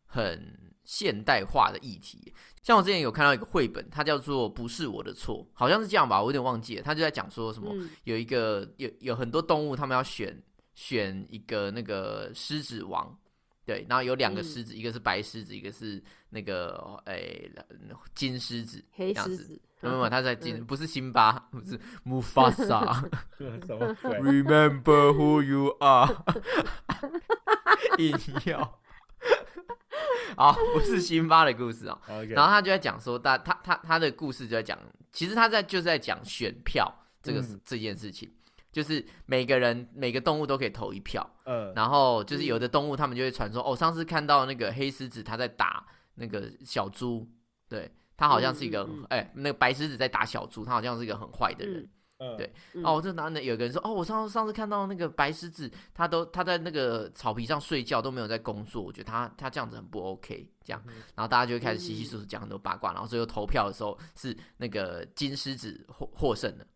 Speaker 1: 很现代化的议题。像我之前有看到一个绘本，它叫做《不是我的错》，好像是这样吧，我有点忘记了。它就在讲说什么
Speaker 2: 嗯
Speaker 1: 有一个有有很多动物，它们要选选一个那个狮子王，对，然后有两个
Speaker 2: 嗯
Speaker 1: 狮子，一个是白狮子，一个是那个诶、金狮子，
Speaker 2: 黑
Speaker 1: 这样
Speaker 2: 狮
Speaker 1: 子
Speaker 2: 子，
Speaker 1: 没有没有，他在金，
Speaker 2: 嗯
Speaker 1: 不是辛巴，不 是 Mufasa。
Speaker 3: 什 么
Speaker 1: Remember who you are，硬要。好，不是辛巴的故事哦。
Speaker 3: ？OK，
Speaker 1: 然后他就在讲说，大他他他的故事就在讲，其实他在就是在讲选票这个、
Speaker 3: 嗯
Speaker 1: 这件事情，就是每个人每个动物都可以投一票，
Speaker 3: 呃，
Speaker 1: 然后就是有的动物他们就会传说，
Speaker 2: 嗯
Speaker 1: 哦，上次看到那个黑狮子它在打那个小猪，对，它好像是一个
Speaker 2: 嗯嗯嗯
Speaker 1: 哎、那个白狮子在打小猪，它好像是一个很坏的人。
Speaker 2: 嗯
Speaker 3: 嗯
Speaker 1: 对
Speaker 2: 嗯
Speaker 1: 哦，这男的有个人说，哦，我上上次看到那个白狮子，他都他在那个草皮上睡觉，都没有在工作，我觉得他他这样子很不 OK，这
Speaker 3: 嗯
Speaker 1: 样，然后大家就会开始稀稀疏疏讲很多八卦，然后最后投票的时候是那个金狮子获获胜的。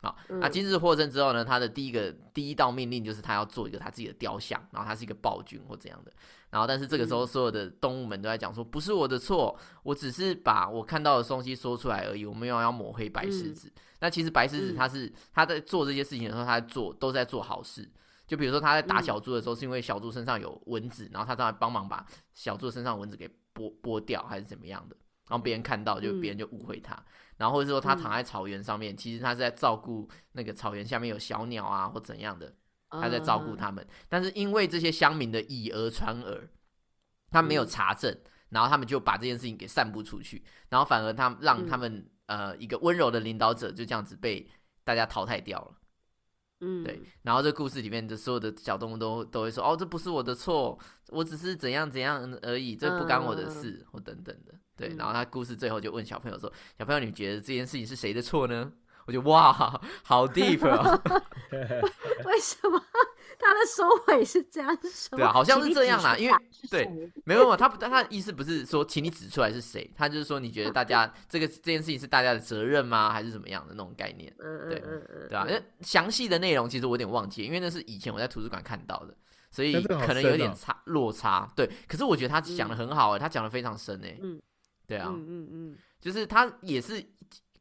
Speaker 1: 好，那
Speaker 2: 嗯
Speaker 1: 金狮子获胜之后呢，他的第一个第一道命令就是他要做一个他自己的雕像，然后他是一个暴君或怎样的。然后，但是这个
Speaker 2: 嗯
Speaker 1: 时候所有的动物们都在讲说，不是我的错，我只是把我看到的东西说出来而已，我没有要抹黑白狮
Speaker 2: 嗯
Speaker 1: 子。那其实白狮子
Speaker 2: 嗯
Speaker 1: 他是、他在做这些事情的时候，他在做都在做好事。就比如说他在打
Speaker 2: 嗯
Speaker 1: 小猪的时候，是因为小猪身上有蚊子，然后他在帮忙把小猪身上的蚊子给剥剥掉，还是怎么样的？然后别人看到，就
Speaker 2: 嗯
Speaker 1: 别人就误会他。然后或者说他躺
Speaker 2: 嗯
Speaker 1: 在草原上面，其实他是在照顾那个草原下面有小鸟啊或怎样的，他在照顾
Speaker 2: 嗯
Speaker 1: 他们。但是因为这些乡民的以讹传讹，他没有
Speaker 2: 嗯
Speaker 1: 查证，然后他们就把这件事情给散布出去，然后反而他让他
Speaker 2: 嗯
Speaker 1: 们、呃一个温柔的领导者就这样子被大家淘汰掉了。
Speaker 2: 嗯，
Speaker 1: 对，然后这故事里面的所有的小动物都都会说，哦，这不是我的错，我只是怎样怎样嗯而已，这不干我的事，或等等的。对，
Speaker 2: 嗯
Speaker 1: 然后他故事最后就问小朋友说，小朋友你觉得这件事情是谁的错呢？我就哇，好 deep 哦，
Speaker 2: 为什么他的收尾是这样收？
Speaker 1: 对啊好像
Speaker 2: 请
Speaker 1: 是
Speaker 2: 你
Speaker 1: 这
Speaker 2: 指
Speaker 1: 样啦
Speaker 2: 出
Speaker 1: 因为
Speaker 2: 来是
Speaker 1: 对
Speaker 2: 谁
Speaker 1: 没有没有，他不但他的意思不是说请你指出来是谁，他就是说你觉得大 家这个这件事情是大家的责任吗，还是怎么样的那种概念？
Speaker 2: 嗯
Speaker 1: 对
Speaker 2: 嗯嗯嗯，
Speaker 1: 对啊，
Speaker 2: 嗯
Speaker 1: 那详细的内容其实我有点忘记，因为那是以前我在图书馆看到的，所以
Speaker 3: 那这个好
Speaker 1: 可能有
Speaker 3: 深
Speaker 1: 点
Speaker 3: 哦
Speaker 1: 差、落差。对，可是我觉得他讲的很好哎、他讲的非常深哎、
Speaker 2: 嗯
Speaker 1: 对啊，
Speaker 2: 嗯嗯嗯，
Speaker 1: 就是他也是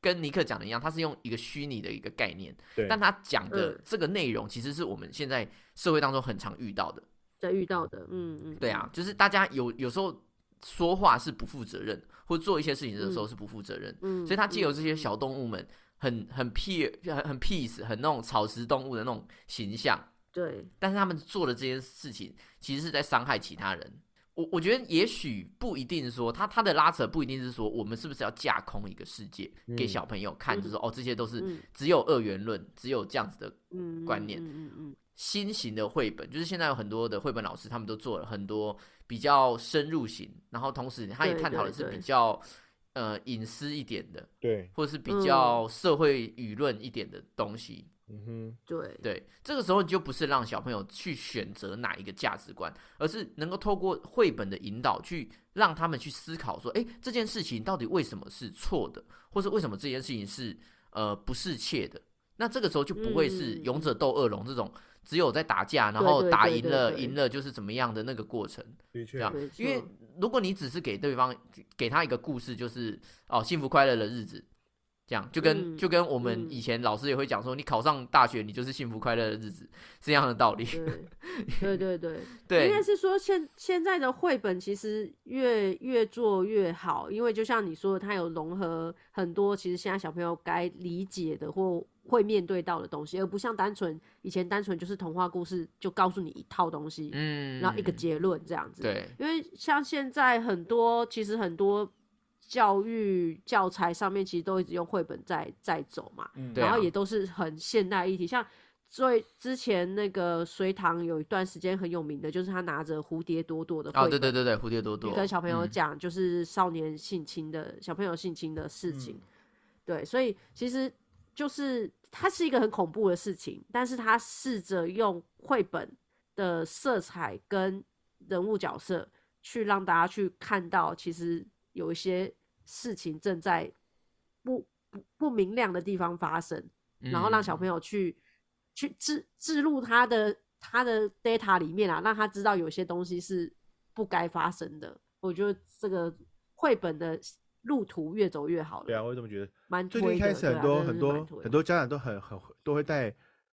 Speaker 1: 跟尼克讲的一样，他是用一个虚拟的一个概念，
Speaker 3: 对，
Speaker 1: 但他讲的
Speaker 2: 嗯
Speaker 1: 这个内容其实是我们现在社会当中很常遇到的。
Speaker 2: 在遇到的，嗯嗯，
Speaker 1: 对啊，就是大家有有时候说话是不负责任，或做一些事情的时候是不负责任，
Speaker 2: 嗯，嗯，
Speaker 1: 所以他借由
Speaker 2: 嗯
Speaker 1: 这些小动物们很很 p 很很 peace 很那种草食动物的那种形象。
Speaker 2: 对，
Speaker 1: 但是他们做的这件事情，其实是在伤害其他人。我我觉得也许不一定说他他的拉扯不一定是说我们是不是要架空一个世界、
Speaker 3: 嗯
Speaker 1: 给小朋友看，
Speaker 2: 嗯
Speaker 1: 就说哦这些都是
Speaker 2: 嗯
Speaker 1: 只有二元论，只有这样子的
Speaker 2: 嗯，
Speaker 1: 观念
Speaker 2: 嗯嗯嗯
Speaker 1: 新型的绘本，就是现在有很多的绘本老师他们都做了很多比较深入型，然后同时他也
Speaker 2: 对
Speaker 1: 探讨
Speaker 2: 对
Speaker 1: 的是
Speaker 2: 对
Speaker 1: 比较呃隐私一点的，
Speaker 3: 对，
Speaker 1: 或是
Speaker 2: 嗯
Speaker 1: 比较社会舆论一点的东西。
Speaker 3: 嗯哼，
Speaker 2: 对，
Speaker 1: 对，这个时候你就不是让小朋友去选择哪一个价值观，而是能够透过绘本的引导，去让他们去思考说，诶，这件事情到底为什么是错的，或是为什么这件事情是呃不适切的。那这个时候就不会是
Speaker 2: 嗯
Speaker 1: 勇者斗恶龙这种只有在打架，然
Speaker 2: 对
Speaker 1: 后
Speaker 2: 对
Speaker 1: 打
Speaker 2: 对
Speaker 1: 赢
Speaker 2: 对
Speaker 1: 了，
Speaker 2: 对
Speaker 1: 赢了就是怎么样的那个过程。
Speaker 3: 的
Speaker 1: 这，
Speaker 3: 确
Speaker 1: 样
Speaker 2: 没
Speaker 1: 因为
Speaker 2: 错
Speaker 1: 如果你只是给对方给他一个故事，就是哦幸福快乐的日子，这样就跟、
Speaker 2: 嗯
Speaker 1: 就跟我们
Speaker 2: 嗯
Speaker 1: 以前老师也会讲说，你考上大学你就是幸福快乐的日子是一样的道理。
Speaker 2: 对对对对，
Speaker 1: 对
Speaker 2: 应该是说现现在的绘本其实越越做越好，因为就像你说的，它有融合很多其实现在小朋友该理解的或会面对到的东西，而不像单纯以前单纯就是童话故事就告诉你一套东西，
Speaker 1: 嗯，
Speaker 2: 然后一个结论这样子。
Speaker 1: 对，
Speaker 2: 因为像现在很多其实很多教育教材上面其实都一直用绘本在在走嘛，
Speaker 3: 嗯
Speaker 1: 对啊
Speaker 2: 然后也都是很现代议题，像最之前那个隋唐有一段时间很有名的，就是他拿着蝴蝶朵朵的绘
Speaker 1: 哦，
Speaker 2: 本
Speaker 1: 对对对对，蝴蝶朵朵
Speaker 2: 去跟小朋友
Speaker 1: 嗯
Speaker 2: 讲，就是少年性侵的、小朋友性侵的事情。
Speaker 3: 嗯
Speaker 2: 对，所以其实就是它是一个很恐怖的事情，但是他试着用绘本的色彩跟人物角色去让大家去看到，其实有一些事情正在不不不明亮的地方发生，
Speaker 1: 嗯
Speaker 2: 然后让小朋友去、去置置入他的他的 data 里面啊，让他知道有些东西是不该发生的。我觉得这个绘本的路途越走越好
Speaker 3: 对啊，
Speaker 2: 了，
Speaker 3: 我怎么觉得？
Speaker 2: 蛮
Speaker 3: 最
Speaker 2: 推
Speaker 3: 近开
Speaker 2: 的
Speaker 3: 始
Speaker 2: 对
Speaker 3: 很
Speaker 2: 啊
Speaker 3: 多、
Speaker 2: 真的
Speaker 3: 很
Speaker 2: 是
Speaker 3: 多
Speaker 2: 蛮推
Speaker 3: 很多家长都很很会都会带，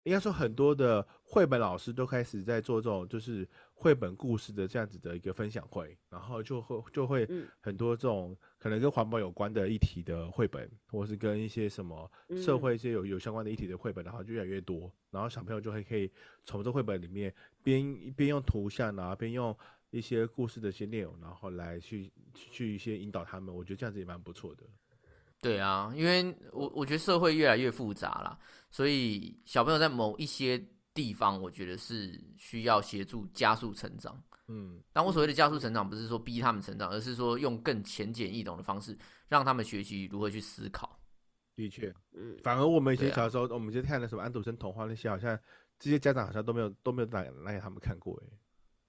Speaker 3: 应该说很多的绘本老师都开始在做这种就是绘本故事的这样子的一个分享会，然后就会就会
Speaker 2: 嗯
Speaker 3: 很多这种可能跟环保有关的议题的绘本，或是跟一些什么社
Speaker 2: 嗯
Speaker 3: 会一些有有相关的议题的绘本，然后就越来越多，然后小朋友就会可以从这绘本里面边边用图像啊，边用。一些故事的一些内容，然后来去去去一些引导他们，我觉得这样子也蛮不错的。
Speaker 1: 对啊，因为我我觉得社会越来越复杂啦，所以小朋友在某一些地方，我觉得是需要协助加速成长。
Speaker 3: 嗯，
Speaker 1: 但我所谓的加速成长，不是说逼他们成长，而是说用更浅显易懂的方式，让他们学习如何去思考。
Speaker 3: 的确，
Speaker 2: 嗯
Speaker 3: 反而我们以
Speaker 1: 对
Speaker 3: 前
Speaker 1: 啊
Speaker 3: 小时候，我们就看的什么安徒生童话那些，好像这些家长好像都没有都没有拿拿给他们看过，哎，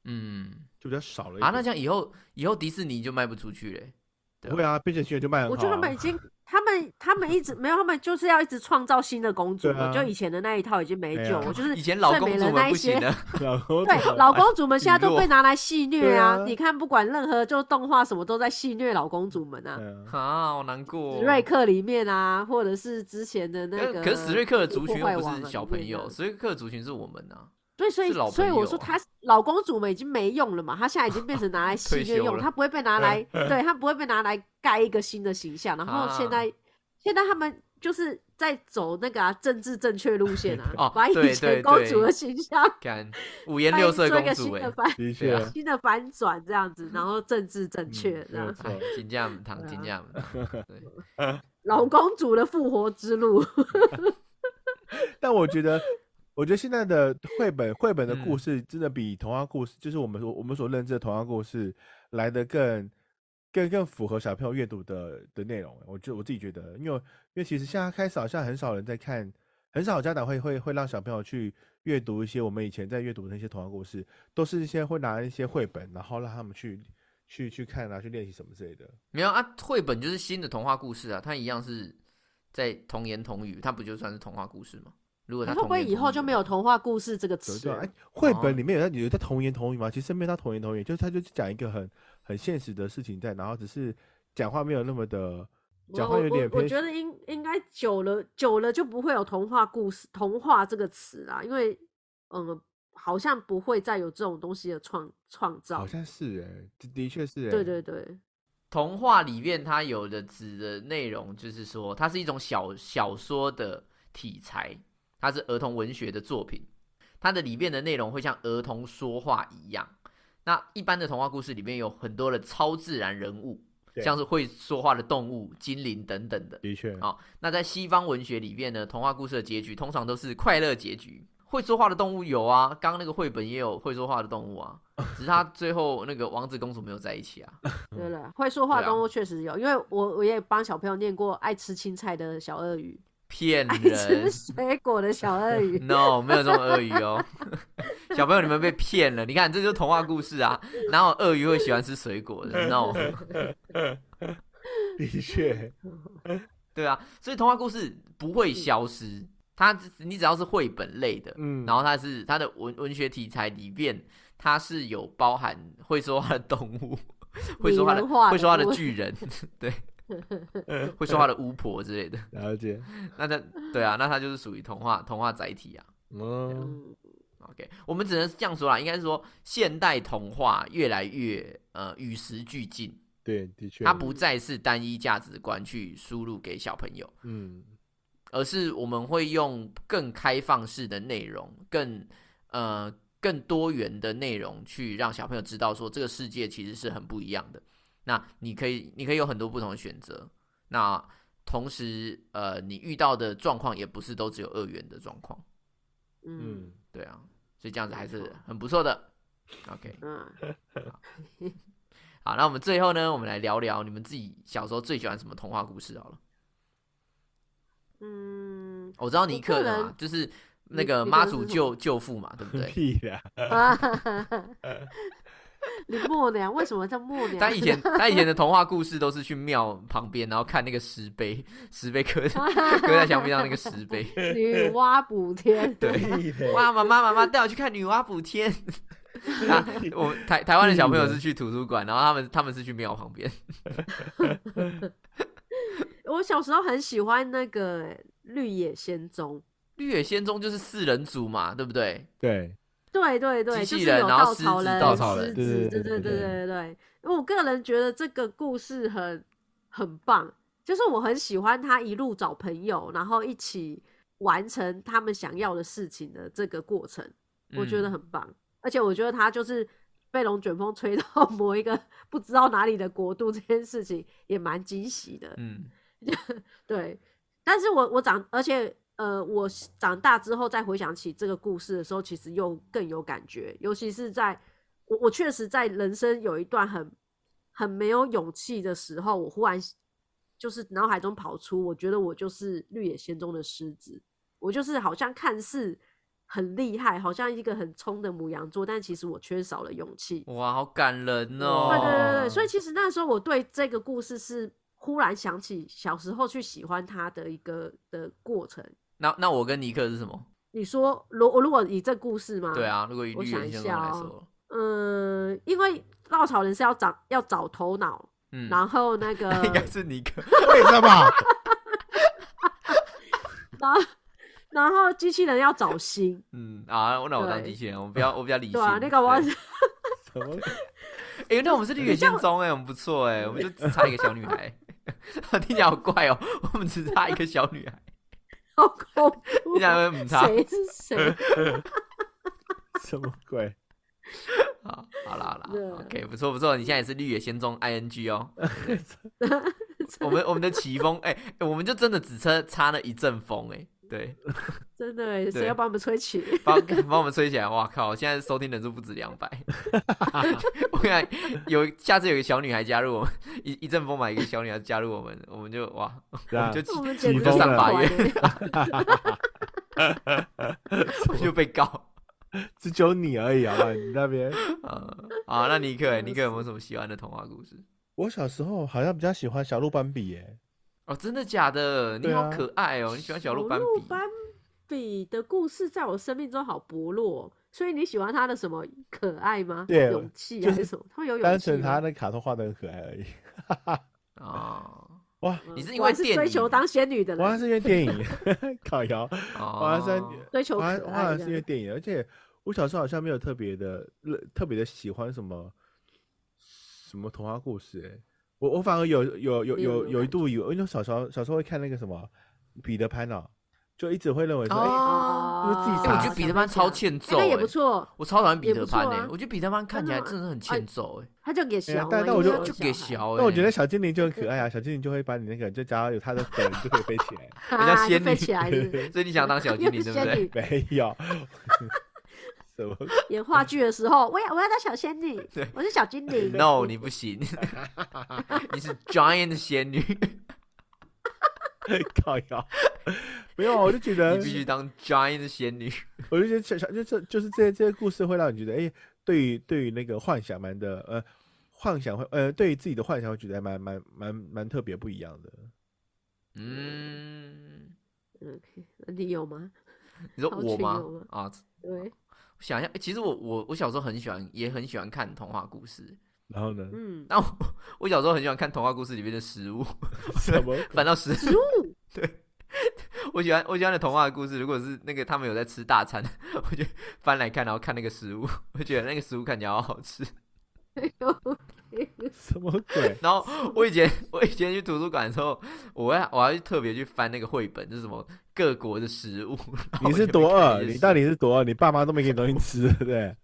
Speaker 1: 嗯，
Speaker 3: 就比较少了一
Speaker 1: 啊，那
Speaker 3: 点
Speaker 1: 这样以后以后迪士尼就卖不出去嘞。对
Speaker 3: 不会啊，变成新人就卖很好、
Speaker 2: 我
Speaker 3: 啊。
Speaker 2: 觉得他们已经， 他们他们一直没有，他们就是要一直创造新的公主
Speaker 3: 对
Speaker 2: 了，
Speaker 3: 啊
Speaker 2: 就以前的那一套已经没
Speaker 3: 哎
Speaker 2: 救
Speaker 3: 呀
Speaker 2: 了，就是
Speaker 1: 以前老
Speaker 2: 睡
Speaker 1: 公
Speaker 2: 美
Speaker 1: 主
Speaker 2: 人
Speaker 1: 们
Speaker 2: 那一
Speaker 1: 不行
Speaker 2: 些。
Speaker 1: 的，
Speaker 3: 老公
Speaker 2: 对，老公主们现在
Speaker 1: 陨
Speaker 2: 都
Speaker 1: 落
Speaker 2: 被拿来戏
Speaker 3: 对
Speaker 2: 虐
Speaker 3: 啊
Speaker 2: 啊！你看，不管任何就动画什么都在戏虐老公主们啊，
Speaker 3: 嗯
Speaker 1: 啊，好难过
Speaker 2: 史。瑞克里面啊，或者是之前的那
Speaker 1: 可
Speaker 2: 个，
Speaker 1: 可是史瑞克的族群
Speaker 2: 破坏
Speaker 1: 又不
Speaker 2: 王啊
Speaker 1: 是小
Speaker 2: 里面
Speaker 1: 朋友，
Speaker 2: 的
Speaker 1: 史瑞克的族群是我们啊。
Speaker 2: 对，所以
Speaker 1: 是老
Speaker 2: 所以
Speaker 1: 朋
Speaker 2: 我
Speaker 1: 友
Speaker 2: 说
Speaker 1: 啊
Speaker 2: 她老公主们已经没用了嘛，她现在已经变成拿来戏
Speaker 1: 退
Speaker 2: 虐
Speaker 1: 休
Speaker 2: 用，
Speaker 1: 了
Speaker 2: 她不会被拿来，对，她不会被拿来盖一个新的形
Speaker 1: 啊
Speaker 2: 象。然后现在、现在他们就是在走那个、啊、政治正确路线啊，
Speaker 1: 哦
Speaker 2: 把
Speaker 1: 对
Speaker 2: 以前
Speaker 1: 对
Speaker 2: 公
Speaker 1: 对
Speaker 2: 主的形象
Speaker 1: 看五颜
Speaker 2: 再
Speaker 1: 六色
Speaker 2: 做一
Speaker 1: 公
Speaker 2: 个
Speaker 1: 主
Speaker 2: 新
Speaker 1: 哎、
Speaker 2: 的反
Speaker 3: 的
Speaker 1: 对
Speaker 3: 确，
Speaker 1: 啊
Speaker 2: 新的反转这样子，然后政治正确这样。
Speaker 3: 嗯
Speaker 1: 哎，金价母汤，
Speaker 2: 对啊
Speaker 1: 金价母汤，对，
Speaker 2: 老公主的复活 之路，
Speaker 3: 但我觉得，我觉得现在的绘本绘本的故
Speaker 1: 嗯
Speaker 3: 事真的比童话故事，就是我们所我们所认知的童话故事来的更更更符合小朋友阅读的的内容。欸我觉得我自己觉得，因为因为其实现在开始好像很少人在看，很少家长会会会让小朋友去阅读一些我们以前在阅读的那些童话故事，都是一些会拿一些绘本，然后让他们去去去看啊，去练习什么之类的。
Speaker 1: 没有啊，绘本就是新的童话故事啊，它一样是在童言童语，它不就算是童话故事吗？如果它
Speaker 2: 会不
Speaker 1: 童
Speaker 2: 会
Speaker 1: 言
Speaker 2: 以
Speaker 1: 童
Speaker 2: 后
Speaker 1: 语
Speaker 2: 就
Speaker 1: 的
Speaker 2: 没有
Speaker 1: 话
Speaker 2: 童话故事这个
Speaker 3: 对
Speaker 2: 词
Speaker 3: 对啊，
Speaker 2: 了？
Speaker 3: 哎，绘
Speaker 1: 哦
Speaker 3: 本里面有在有在童言童语吗？其实没有到童言童语，就是他就讲一个很很现实的事情在，然后只是讲话没有那么的，讲话
Speaker 2: 我
Speaker 3: 有点
Speaker 2: 我我
Speaker 3: 偏
Speaker 2: 觉得应应该久了久了就不会有童话故事“童话”这个词啦，因为嗯，好像不会再有这种东西的创创造
Speaker 3: 好。像是哎，的的确是哎，
Speaker 2: 对对对，
Speaker 1: 童话里面它有的指的内容，就是说它是一种小小说的题材，它是儿童文学的作品，它的里面的内容会像儿童说话一样。那一般的童话故事里面有很多的超自然人物，
Speaker 3: 对
Speaker 1: 像是哦会说话的动物、精灵等等的。
Speaker 3: 的确，
Speaker 1: 好、那在西方文学里面呢，童话故事的结局通常都是快乐结局。会说话的动物有啊，刚刚那个绘本也有会说话的动物啊，只是他最后那个王子公主没有在一起啊。
Speaker 2: 对了，会说话
Speaker 1: 对啊
Speaker 2: 动物确实有，因为我我也帮小朋友念过爱吃青菜的小鳄鱼，
Speaker 1: 骗
Speaker 2: 爱
Speaker 1: 人
Speaker 2: 吃水果的小鳄鱼。
Speaker 1: ！No，没有这种鳄鱼哦，小朋友你们被骗了。你看，这就是童话故事啊，哪有鳄鱼会喜欢吃水果的？No，
Speaker 3: 的确，
Speaker 1: 对啊，所以童话故事不会消失，它你只要是绘本类的，
Speaker 3: 嗯，
Speaker 1: 然后它是它的文文学题材里面，它是有包含会说话的动物， 会说话的
Speaker 2: 拟人化的
Speaker 1: 会说话的
Speaker 2: 部分
Speaker 1: 巨人， 对，会说话的巫婆之类的。
Speaker 3: 了解，
Speaker 1: 那它对啊，那它就是属于童话童话载体啊。
Speaker 3: 嗯，
Speaker 2: 嗯，
Speaker 1: OK，我们只能这样说啦，应该是说现代童话越来越呃与时俱进，
Speaker 3: 对，的确，
Speaker 1: 它不再是单一价值观去输入给小朋友。
Speaker 3: 嗯，
Speaker 1: 而是我们会用更开放式的内容，更呃更多元的内容去让小朋友知道说这个世界其实是很不一样的。那你可以你可以有很多不同的选择。那同时呃你遇到的状况也不是都只有二元的状况，
Speaker 2: 嗯
Speaker 3: 嗯，
Speaker 1: 对啊，所以这样子还
Speaker 2: 没
Speaker 1: 是
Speaker 2: 错
Speaker 1: 很不错的。OK，
Speaker 2: 嗯，
Speaker 1: 好，那我们最后呢，我们来聊聊你们自己小时候最喜欢什么童话故事好了。哦
Speaker 2: 嗯，
Speaker 1: 我知道尼克的
Speaker 2: 我个
Speaker 1: 嘛
Speaker 2: 人，
Speaker 1: 就是那个
Speaker 2: 你
Speaker 1: 妈
Speaker 2: 你觉得
Speaker 1: 祖
Speaker 2: 是什
Speaker 1: 舅舅父嘛，对不 对？
Speaker 3: 屁的，
Speaker 2: 啊哈哈 哈 你默娘为什么叫默娘？
Speaker 1: 他以前他以前的童话故事都是去庙旁边，然后看那个石碑，石碑刻 刻在墙壁上那个石碑。
Speaker 2: 女娲补 天，
Speaker 1: 对，
Speaker 3: 屁的，
Speaker 1: 哇，妈妈妈妈带我去看女娲补天。 啊，我们台台湾的小朋友是去图书馆，然后他们他们是去庙旁边。
Speaker 2: 我小时候很喜欢那个欸《绿野仙踪》。
Speaker 1: 绿野仙踪就是四人组嘛，对不对？
Speaker 3: 对，
Speaker 2: 对对对，
Speaker 1: 机
Speaker 2: 就
Speaker 1: 器
Speaker 2: 是
Speaker 1: 人
Speaker 2: 有
Speaker 1: 然后
Speaker 2: 稻
Speaker 1: 狮
Speaker 2: 草
Speaker 1: 子
Speaker 2: 人、
Speaker 1: 稻
Speaker 3: 草
Speaker 2: 狮
Speaker 3: 人对对
Speaker 2: 子，
Speaker 3: 对
Speaker 2: 对对
Speaker 3: 对
Speaker 2: 对
Speaker 3: 对
Speaker 2: 对对。我个人觉得这个故事很很棒，就是我很喜欢他一路找朋友，然后一起完成他们想要的事情的这个过程，我觉得
Speaker 1: 嗯
Speaker 2: 很棒。而且我觉得他就是被龙卷风吹到 某一个不知道哪里的国度，这件事情也蛮惊喜的。
Speaker 1: 嗯
Speaker 2: 对，但是我我长，而且呃，我是长大之后再回想起这个故事的时候，其实又更有感觉，尤其是在我我确实在人生有一段很很没有勇气的时候，我忽然就是脑海中跑出，我觉得我就是绿野仙踪的狮子，我就是好像看似。很厉害，好像一个很冲的母羊座，但其实我缺少了勇气。
Speaker 1: 哇，好感人哦。
Speaker 2: 对对对
Speaker 3: 哦
Speaker 2: 对，所以其实那时候我对这个故事是忽然想起小时候去喜欢它的一个的过程。
Speaker 1: 那那我跟尼克是什么？
Speaker 2: 你说，如如果以这故事吗？
Speaker 1: 对，啊，如果以
Speaker 2: 我
Speaker 1: 绿
Speaker 2: 想
Speaker 1: 野
Speaker 2: 一
Speaker 1: 仙踪
Speaker 2: 下
Speaker 1: 来
Speaker 2: 哦
Speaker 1: 说，
Speaker 2: 嗯，因为稻草人是要长要找头脑，
Speaker 1: 嗯，
Speaker 2: 然后那个，
Speaker 1: 应该是尼克。
Speaker 3: 为什么？
Speaker 2: 然后然后机器人要找心，
Speaker 1: 嗯啊，那我当
Speaker 2: 对
Speaker 1: 机器人，我比较我比较理性。
Speaker 2: 对啊，那个我
Speaker 1: 对
Speaker 3: 什么？
Speaker 1: 哎、那我们是绿野 仙踪哎，我们不错哎，我们就只差一个小女孩， 听起来好怪哦，我们只差一个小女孩，
Speaker 2: 好恐
Speaker 1: 听
Speaker 2: 怖
Speaker 1: 起，来会很差。
Speaker 2: 谁是 谁？
Speaker 3: 什么鬼？
Speaker 1: 好，好啦好
Speaker 2: 对啊
Speaker 1: 啦，OK，不错不错，你现在也是绿野仙踪 ING 哦。 我们我们的起风哎、哎我们就真的只差差了一阵风哎、对，
Speaker 2: 真的欸，
Speaker 1: 对
Speaker 2: 谁要把我们吹起？
Speaker 1: 帮帮我们吹起来，哇靠！现在收听人数不止两 百，我看有下次有个小女孩加入我们，一一阵风把一个小女孩加入我们，我们就哇，我们就
Speaker 2: 我们
Speaker 3: 起
Speaker 2: 简直
Speaker 3: 风
Speaker 2: 是
Speaker 1: 了
Speaker 2: 团欸
Speaker 1: 我们就被告。
Speaker 3: 只只有你而已，好吧？你那边，
Speaker 1: 呃，好，那尼克，
Speaker 2: 真的
Speaker 1: 尼克有没有
Speaker 2: 是
Speaker 1: 什么喜欢的童话故事？
Speaker 3: 我小时候好像比较喜欢小鹿斑比耶。
Speaker 1: 哦，真的假的？你
Speaker 3: 对
Speaker 1: 好
Speaker 3: 啊
Speaker 1: 可爱哦，你喜欢小鹿斑比？
Speaker 2: 斑比的故事在我生命中好薄弱，所以你喜欢他的什么可爱吗？
Speaker 3: 对
Speaker 2: 勇气啊
Speaker 3: 就
Speaker 2: 还
Speaker 3: 是
Speaker 2: 是什么？他们有
Speaker 3: 单
Speaker 2: 勇气
Speaker 3: 纯他
Speaker 2: 吗。
Speaker 3: 那卡通画的很可爱而已。
Speaker 1: 哦，
Speaker 3: 哇，
Speaker 2: 嗯
Speaker 1: 你是因
Speaker 2: 我
Speaker 1: 为
Speaker 2: 还是
Speaker 1: 电
Speaker 2: 追
Speaker 1: 影
Speaker 2: 求当仙女的
Speaker 3: 我好
Speaker 2: 人，
Speaker 3: 像是因为电影烤窑，我好
Speaker 1: 哦，
Speaker 3: 像是
Speaker 2: 追求
Speaker 3: 我
Speaker 2: 可
Speaker 3: 好
Speaker 2: 爱
Speaker 3: 像我好像是因为
Speaker 2: 的。
Speaker 3: 电影，而且我小时候好像没有特别的特别的喜欢什么什么童话故事、欸，我我反而有有有
Speaker 2: 没有
Speaker 3: 有
Speaker 2: 那种
Speaker 3: 有一
Speaker 2: 感
Speaker 3: 度以为，因为小时候小时候会看那个什么彼得潘哦，就一直会认为说，哎、
Speaker 1: 哦，
Speaker 3: 因为自己
Speaker 1: 哎
Speaker 3: 傻啊
Speaker 1: 我觉得彼得潘超欠
Speaker 2: 哎
Speaker 1: 揍，
Speaker 2: 那
Speaker 1: 哎
Speaker 2: 也不，错，
Speaker 1: 我超讨厌彼
Speaker 2: 也
Speaker 1: 得
Speaker 2: 不错
Speaker 1: 潘哎
Speaker 2: 啊，
Speaker 1: 我觉得彼得潘看起来
Speaker 2: 真的啊吗
Speaker 1: 真的很欠揍哎，
Speaker 2: 他就给
Speaker 3: 哎呀
Speaker 2: 小嘛，
Speaker 3: 但但
Speaker 2: 因
Speaker 3: 我
Speaker 2: 为
Speaker 3: 就
Speaker 2: 他
Speaker 1: 就
Speaker 2: 小
Speaker 1: 给
Speaker 2: 孩
Speaker 1: 小哎，
Speaker 3: 那我觉得小精灵就很可爱啊，小精灵就会把你那个，就只要有它的粉就可以飞起来。
Speaker 1: 人家
Speaker 2: 啊就
Speaker 1: 仙
Speaker 2: 飞
Speaker 1: 女
Speaker 2: 起来是不是
Speaker 1: 所以你想当小精灵对不
Speaker 2: 仙
Speaker 1: 对？
Speaker 2: 女
Speaker 3: 没 有， 什么？
Speaker 2: 演话剧的时候，我要我要当小仙女
Speaker 1: 对，
Speaker 2: 我是小精灵。
Speaker 1: No，你不 行，你是 giant 仙女，你
Speaker 3: 烤窑？ 没有啊，我就觉得
Speaker 1: 必须当 giant 仙 女。
Speaker 3: 我就觉得小小就这就是这些这些故事会让你觉得，哎、对于对于那个幻想蛮的，呃，幻想会呃，对于自己的幻想会觉得还蛮蛮蛮蛮特别不一样的。
Speaker 1: 嗯，
Speaker 2: OK，你有吗？
Speaker 1: 你说
Speaker 2: 好
Speaker 1: 我
Speaker 2: 群
Speaker 1: 吗
Speaker 2: 有吗？
Speaker 1: 啊，
Speaker 2: 对，
Speaker 1: 想一下，其实我我我小时候很喜欢，也很喜欢看童话故事。
Speaker 3: 然后呢？
Speaker 2: 嗯，
Speaker 1: 那我我小时候很喜欢看童话故事里面的食物，
Speaker 3: 什么？
Speaker 1: 反倒食物。对， 我喜欢我喜欢的童话故事，如果是那个他们有在吃大餐， 我就翻来看，然后看那个食物， 我觉得那个食物看起来好好吃。
Speaker 3: 什么鬼？
Speaker 1: 然后我以前我以前去图书馆的时候，我还我还特别去翻那个绘本，就是什么各国的食物。然后
Speaker 3: 你
Speaker 1: 我
Speaker 3: 是
Speaker 1: 就
Speaker 3: 多
Speaker 1: 会看
Speaker 3: 饿？
Speaker 1: 一些
Speaker 3: 你
Speaker 1: 食
Speaker 3: 到
Speaker 1: 物
Speaker 3: 底是多饿？你爸妈都没给你东西吃， 对不对？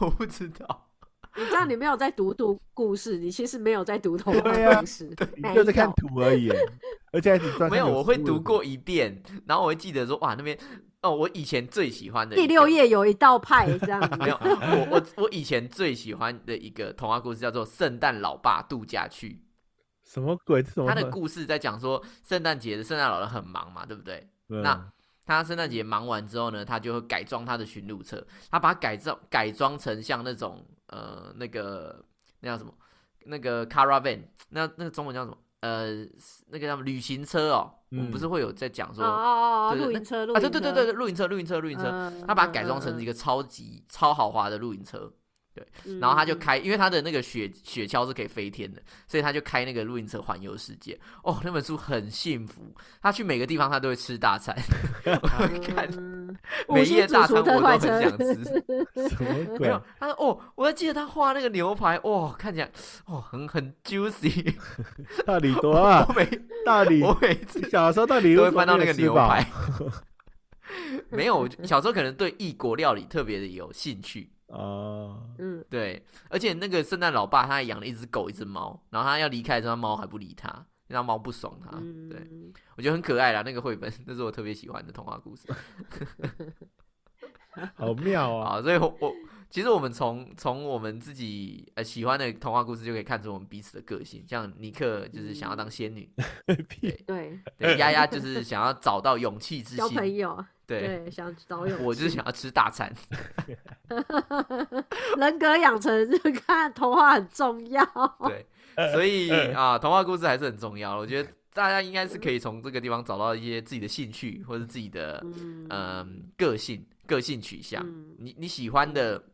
Speaker 1: 我不知 道，
Speaker 2: 你知道你没有在读读故事，你其实没有在读童话
Speaker 3: 对啊
Speaker 2: 故事，
Speaker 3: 你
Speaker 2: 没
Speaker 3: 就在看
Speaker 2: 有
Speaker 3: 图而已，而且还只专
Speaker 1: 没有，我会读
Speaker 3: 过。
Speaker 1: 过一遍，然后我会记得说哇那边哦，我以前最喜欢的
Speaker 2: 第
Speaker 1: 一
Speaker 2: 六
Speaker 1: 个
Speaker 2: 页有一道派这样子，
Speaker 1: 没有，我我我以前最喜欢的一个童话故事叫做《圣诞老爸度假去
Speaker 3: 什么鬼？这什》，么？嗯
Speaker 1: 他的故事在讲说圣诞节的圣诞老人很忙嘛，对不对？
Speaker 3: 嗯
Speaker 1: 那他圣诞节忙完之后呢，他就会改装他的巡路车，他把它改造改装成像那种呃那个那叫什么那个 caravan，那那个中文叫什么？呃，那个叫什么旅行车哦，我们不
Speaker 3: 嗯
Speaker 1: 是会有在讲
Speaker 2: 哦
Speaker 1: 说
Speaker 2: 哦哦，
Speaker 1: 对对
Speaker 2: 露
Speaker 1: 那
Speaker 2: 营车，露
Speaker 1: 啊，
Speaker 2: 营
Speaker 1: 对对
Speaker 2: 车，
Speaker 1: 对对，对，露营车，露营车，露营车，
Speaker 2: 嗯，
Speaker 1: 他把它改装成一
Speaker 2: 个，
Speaker 1: 个超级超豪华的露营车，
Speaker 2: 嗯
Speaker 1: 然后他就
Speaker 2: 嗯
Speaker 1: 开，因为他的那个雪雪橇是可以飞天的，所以他就开那个露营车环游世界。哦，那本书很幸福，他去每个地方他都会吃大 餐，我看
Speaker 2: 嗯
Speaker 1: 每一页大餐我都很想
Speaker 2: 五星主厨特快车
Speaker 1: 吃。
Speaker 3: 什么
Speaker 1: 没有
Speaker 3: 鬼？，
Speaker 1: 他说哦，我还记得他画那个牛排，哇，看起来哦很很 juicy，
Speaker 3: 到底多啊
Speaker 1: 我？每
Speaker 3: 到底
Speaker 1: 我每次
Speaker 3: 你小时候到底
Speaker 1: 都
Speaker 3: 为
Speaker 1: 会
Speaker 3: 什
Speaker 1: 翻
Speaker 3: 么
Speaker 1: 到
Speaker 3: 没
Speaker 1: 那
Speaker 3: 有
Speaker 1: 个
Speaker 3: 吃
Speaker 1: 牛
Speaker 3: 饱
Speaker 1: 排。没有，我小时候可能对异国料理特别的有兴趣。
Speaker 3: 哦，
Speaker 2: 嗯，
Speaker 1: 对，而且那个圣诞老爸他还养了一只狗，一只猫，然后他要离开的时候，猫还不理他，让猫不爽他。啊
Speaker 2: 嗯
Speaker 1: 对，我觉得很可爱啦，那个绘本，那是我特别喜欢的童话故事。
Speaker 3: 好 妙啊！
Speaker 1: 啊，所以我我其实我们从从我们自己呃喜欢的童话故事就可以看出我们彼此的个性，像尼克就是想要当仙女，
Speaker 3: 屁
Speaker 2: 对，
Speaker 1: 对，丫丫就是想要找到勇气之
Speaker 2: 交朋
Speaker 1: 心，
Speaker 2: 友，
Speaker 1: 对。
Speaker 2: 对，想导演，
Speaker 1: 我就是想要吃大餐，
Speaker 2: 人格养成， 看童话很重要。
Speaker 1: 对，所以啊，童话故事还是很重要的。我觉得大家应该是可以从这个地方找到一些自己的兴趣，或者自己的
Speaker 2: 嗯
Speaker 1: 嗯，个性、个性取向，
Speaker 2: 嗯
Speaker 1: 你你喜欢的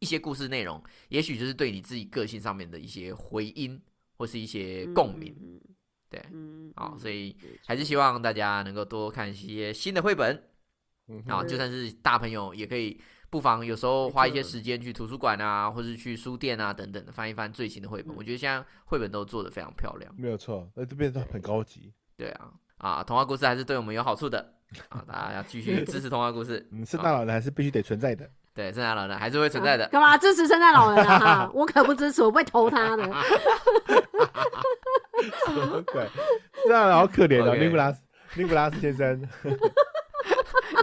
Speaker 1: 一些故事内容，也许就是对你自己个性上面的一些回音或是一些共鸣，
Speaker 2: 嗯，
Speaker 1: 对，
Speaker 2: 嗯，
Speaker 1: 啊、所
Speaker 2: 以
Speaker 1: 以还是希望大家能够多看一些新的绘本
Speaker 3: 嗯
Speaker 1: 啊、
Speaker 2: 哼
Speaker 1: 就算是大朋友也可以。不妨有时候
Speaker 2: 没
Speaker 1: 花一些
Speaker 2: 错
Speaker 1: 时间去图书馆啊，或是去书店啊等等的翻一翻最新的绘本。
Speaker 2: 嗯
Speaker 1: 我觉得现在绘本都做得非常漂亮，
Speaker 3: 没有错，那就变得很高级。。
Speaker 1: 对啊啊，童话故事还是对我们有好处的啊，大家要继续支持童话故事
Speaker 3: 嗯，圣诞老人还是必须得存在的。
Speaker 1: 对，圣诞老人还是会存在的。
Speaker 2: 啊干嘛支持圣诞老人啊？哈我可不支持，我不会投他的。
Speaker 3: 什 么鬼？圣诞老人好可怜哦，
Speaker 1: OK
Speaker 3: 尼古拉斯，尼古拉斯先 生。
Speaker 2: 啊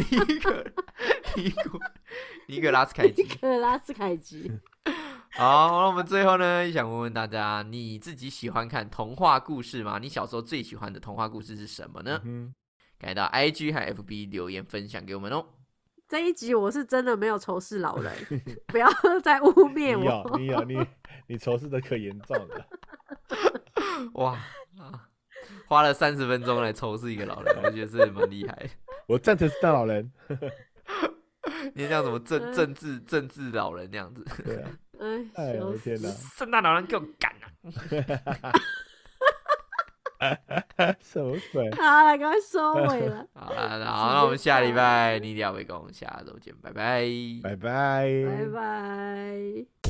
Speaker 1: 尼克尼古尼克拉斯凯奇。
Speaker 2: 克呃拉斯凯 奇，
Speaker 1: 好，那我们最后呢，想问问大家，你自己喜欢看童话故事吗？你小时候最喜欢的童话故事是什么呢？
Speaker 3: 嗯，
Speaker 1: 可以到 IG 和 FB 留言分享给我们哦。
Speaker 2: 这一集我是真的没有仇视老 人，不要再污
Speaker 3: 你
Speaker 2: 蔑我。
Speaker 3: 有，你有，你你仇视的可严重啊 了。
Speaker 1: 哇啊，花了三十分钟来仇视一个老 人，我觉得是蛮厉害的。
Speaker 3: 我赞成圣诞老人。
Speaker 1: 你像什么政政治政治老人那样子，
Speaker 3: 对啊，
Speaker 2: 哎，
Speaker 3: 哎呦，我
Speaker 2: 笑死
Speaker 3: 的天哪！
Speaker 1: 圣诞老人给我干啊！
Speaker 3: 什么鬼？
Speaker 2: 好了，赶快收尾 了，
Speaker 1: 好啦，那好，那我们下礼拜你一定要围攻，下周见，拜拜
Speaker 3: 拜拜。
Speaker 2: 拜拜。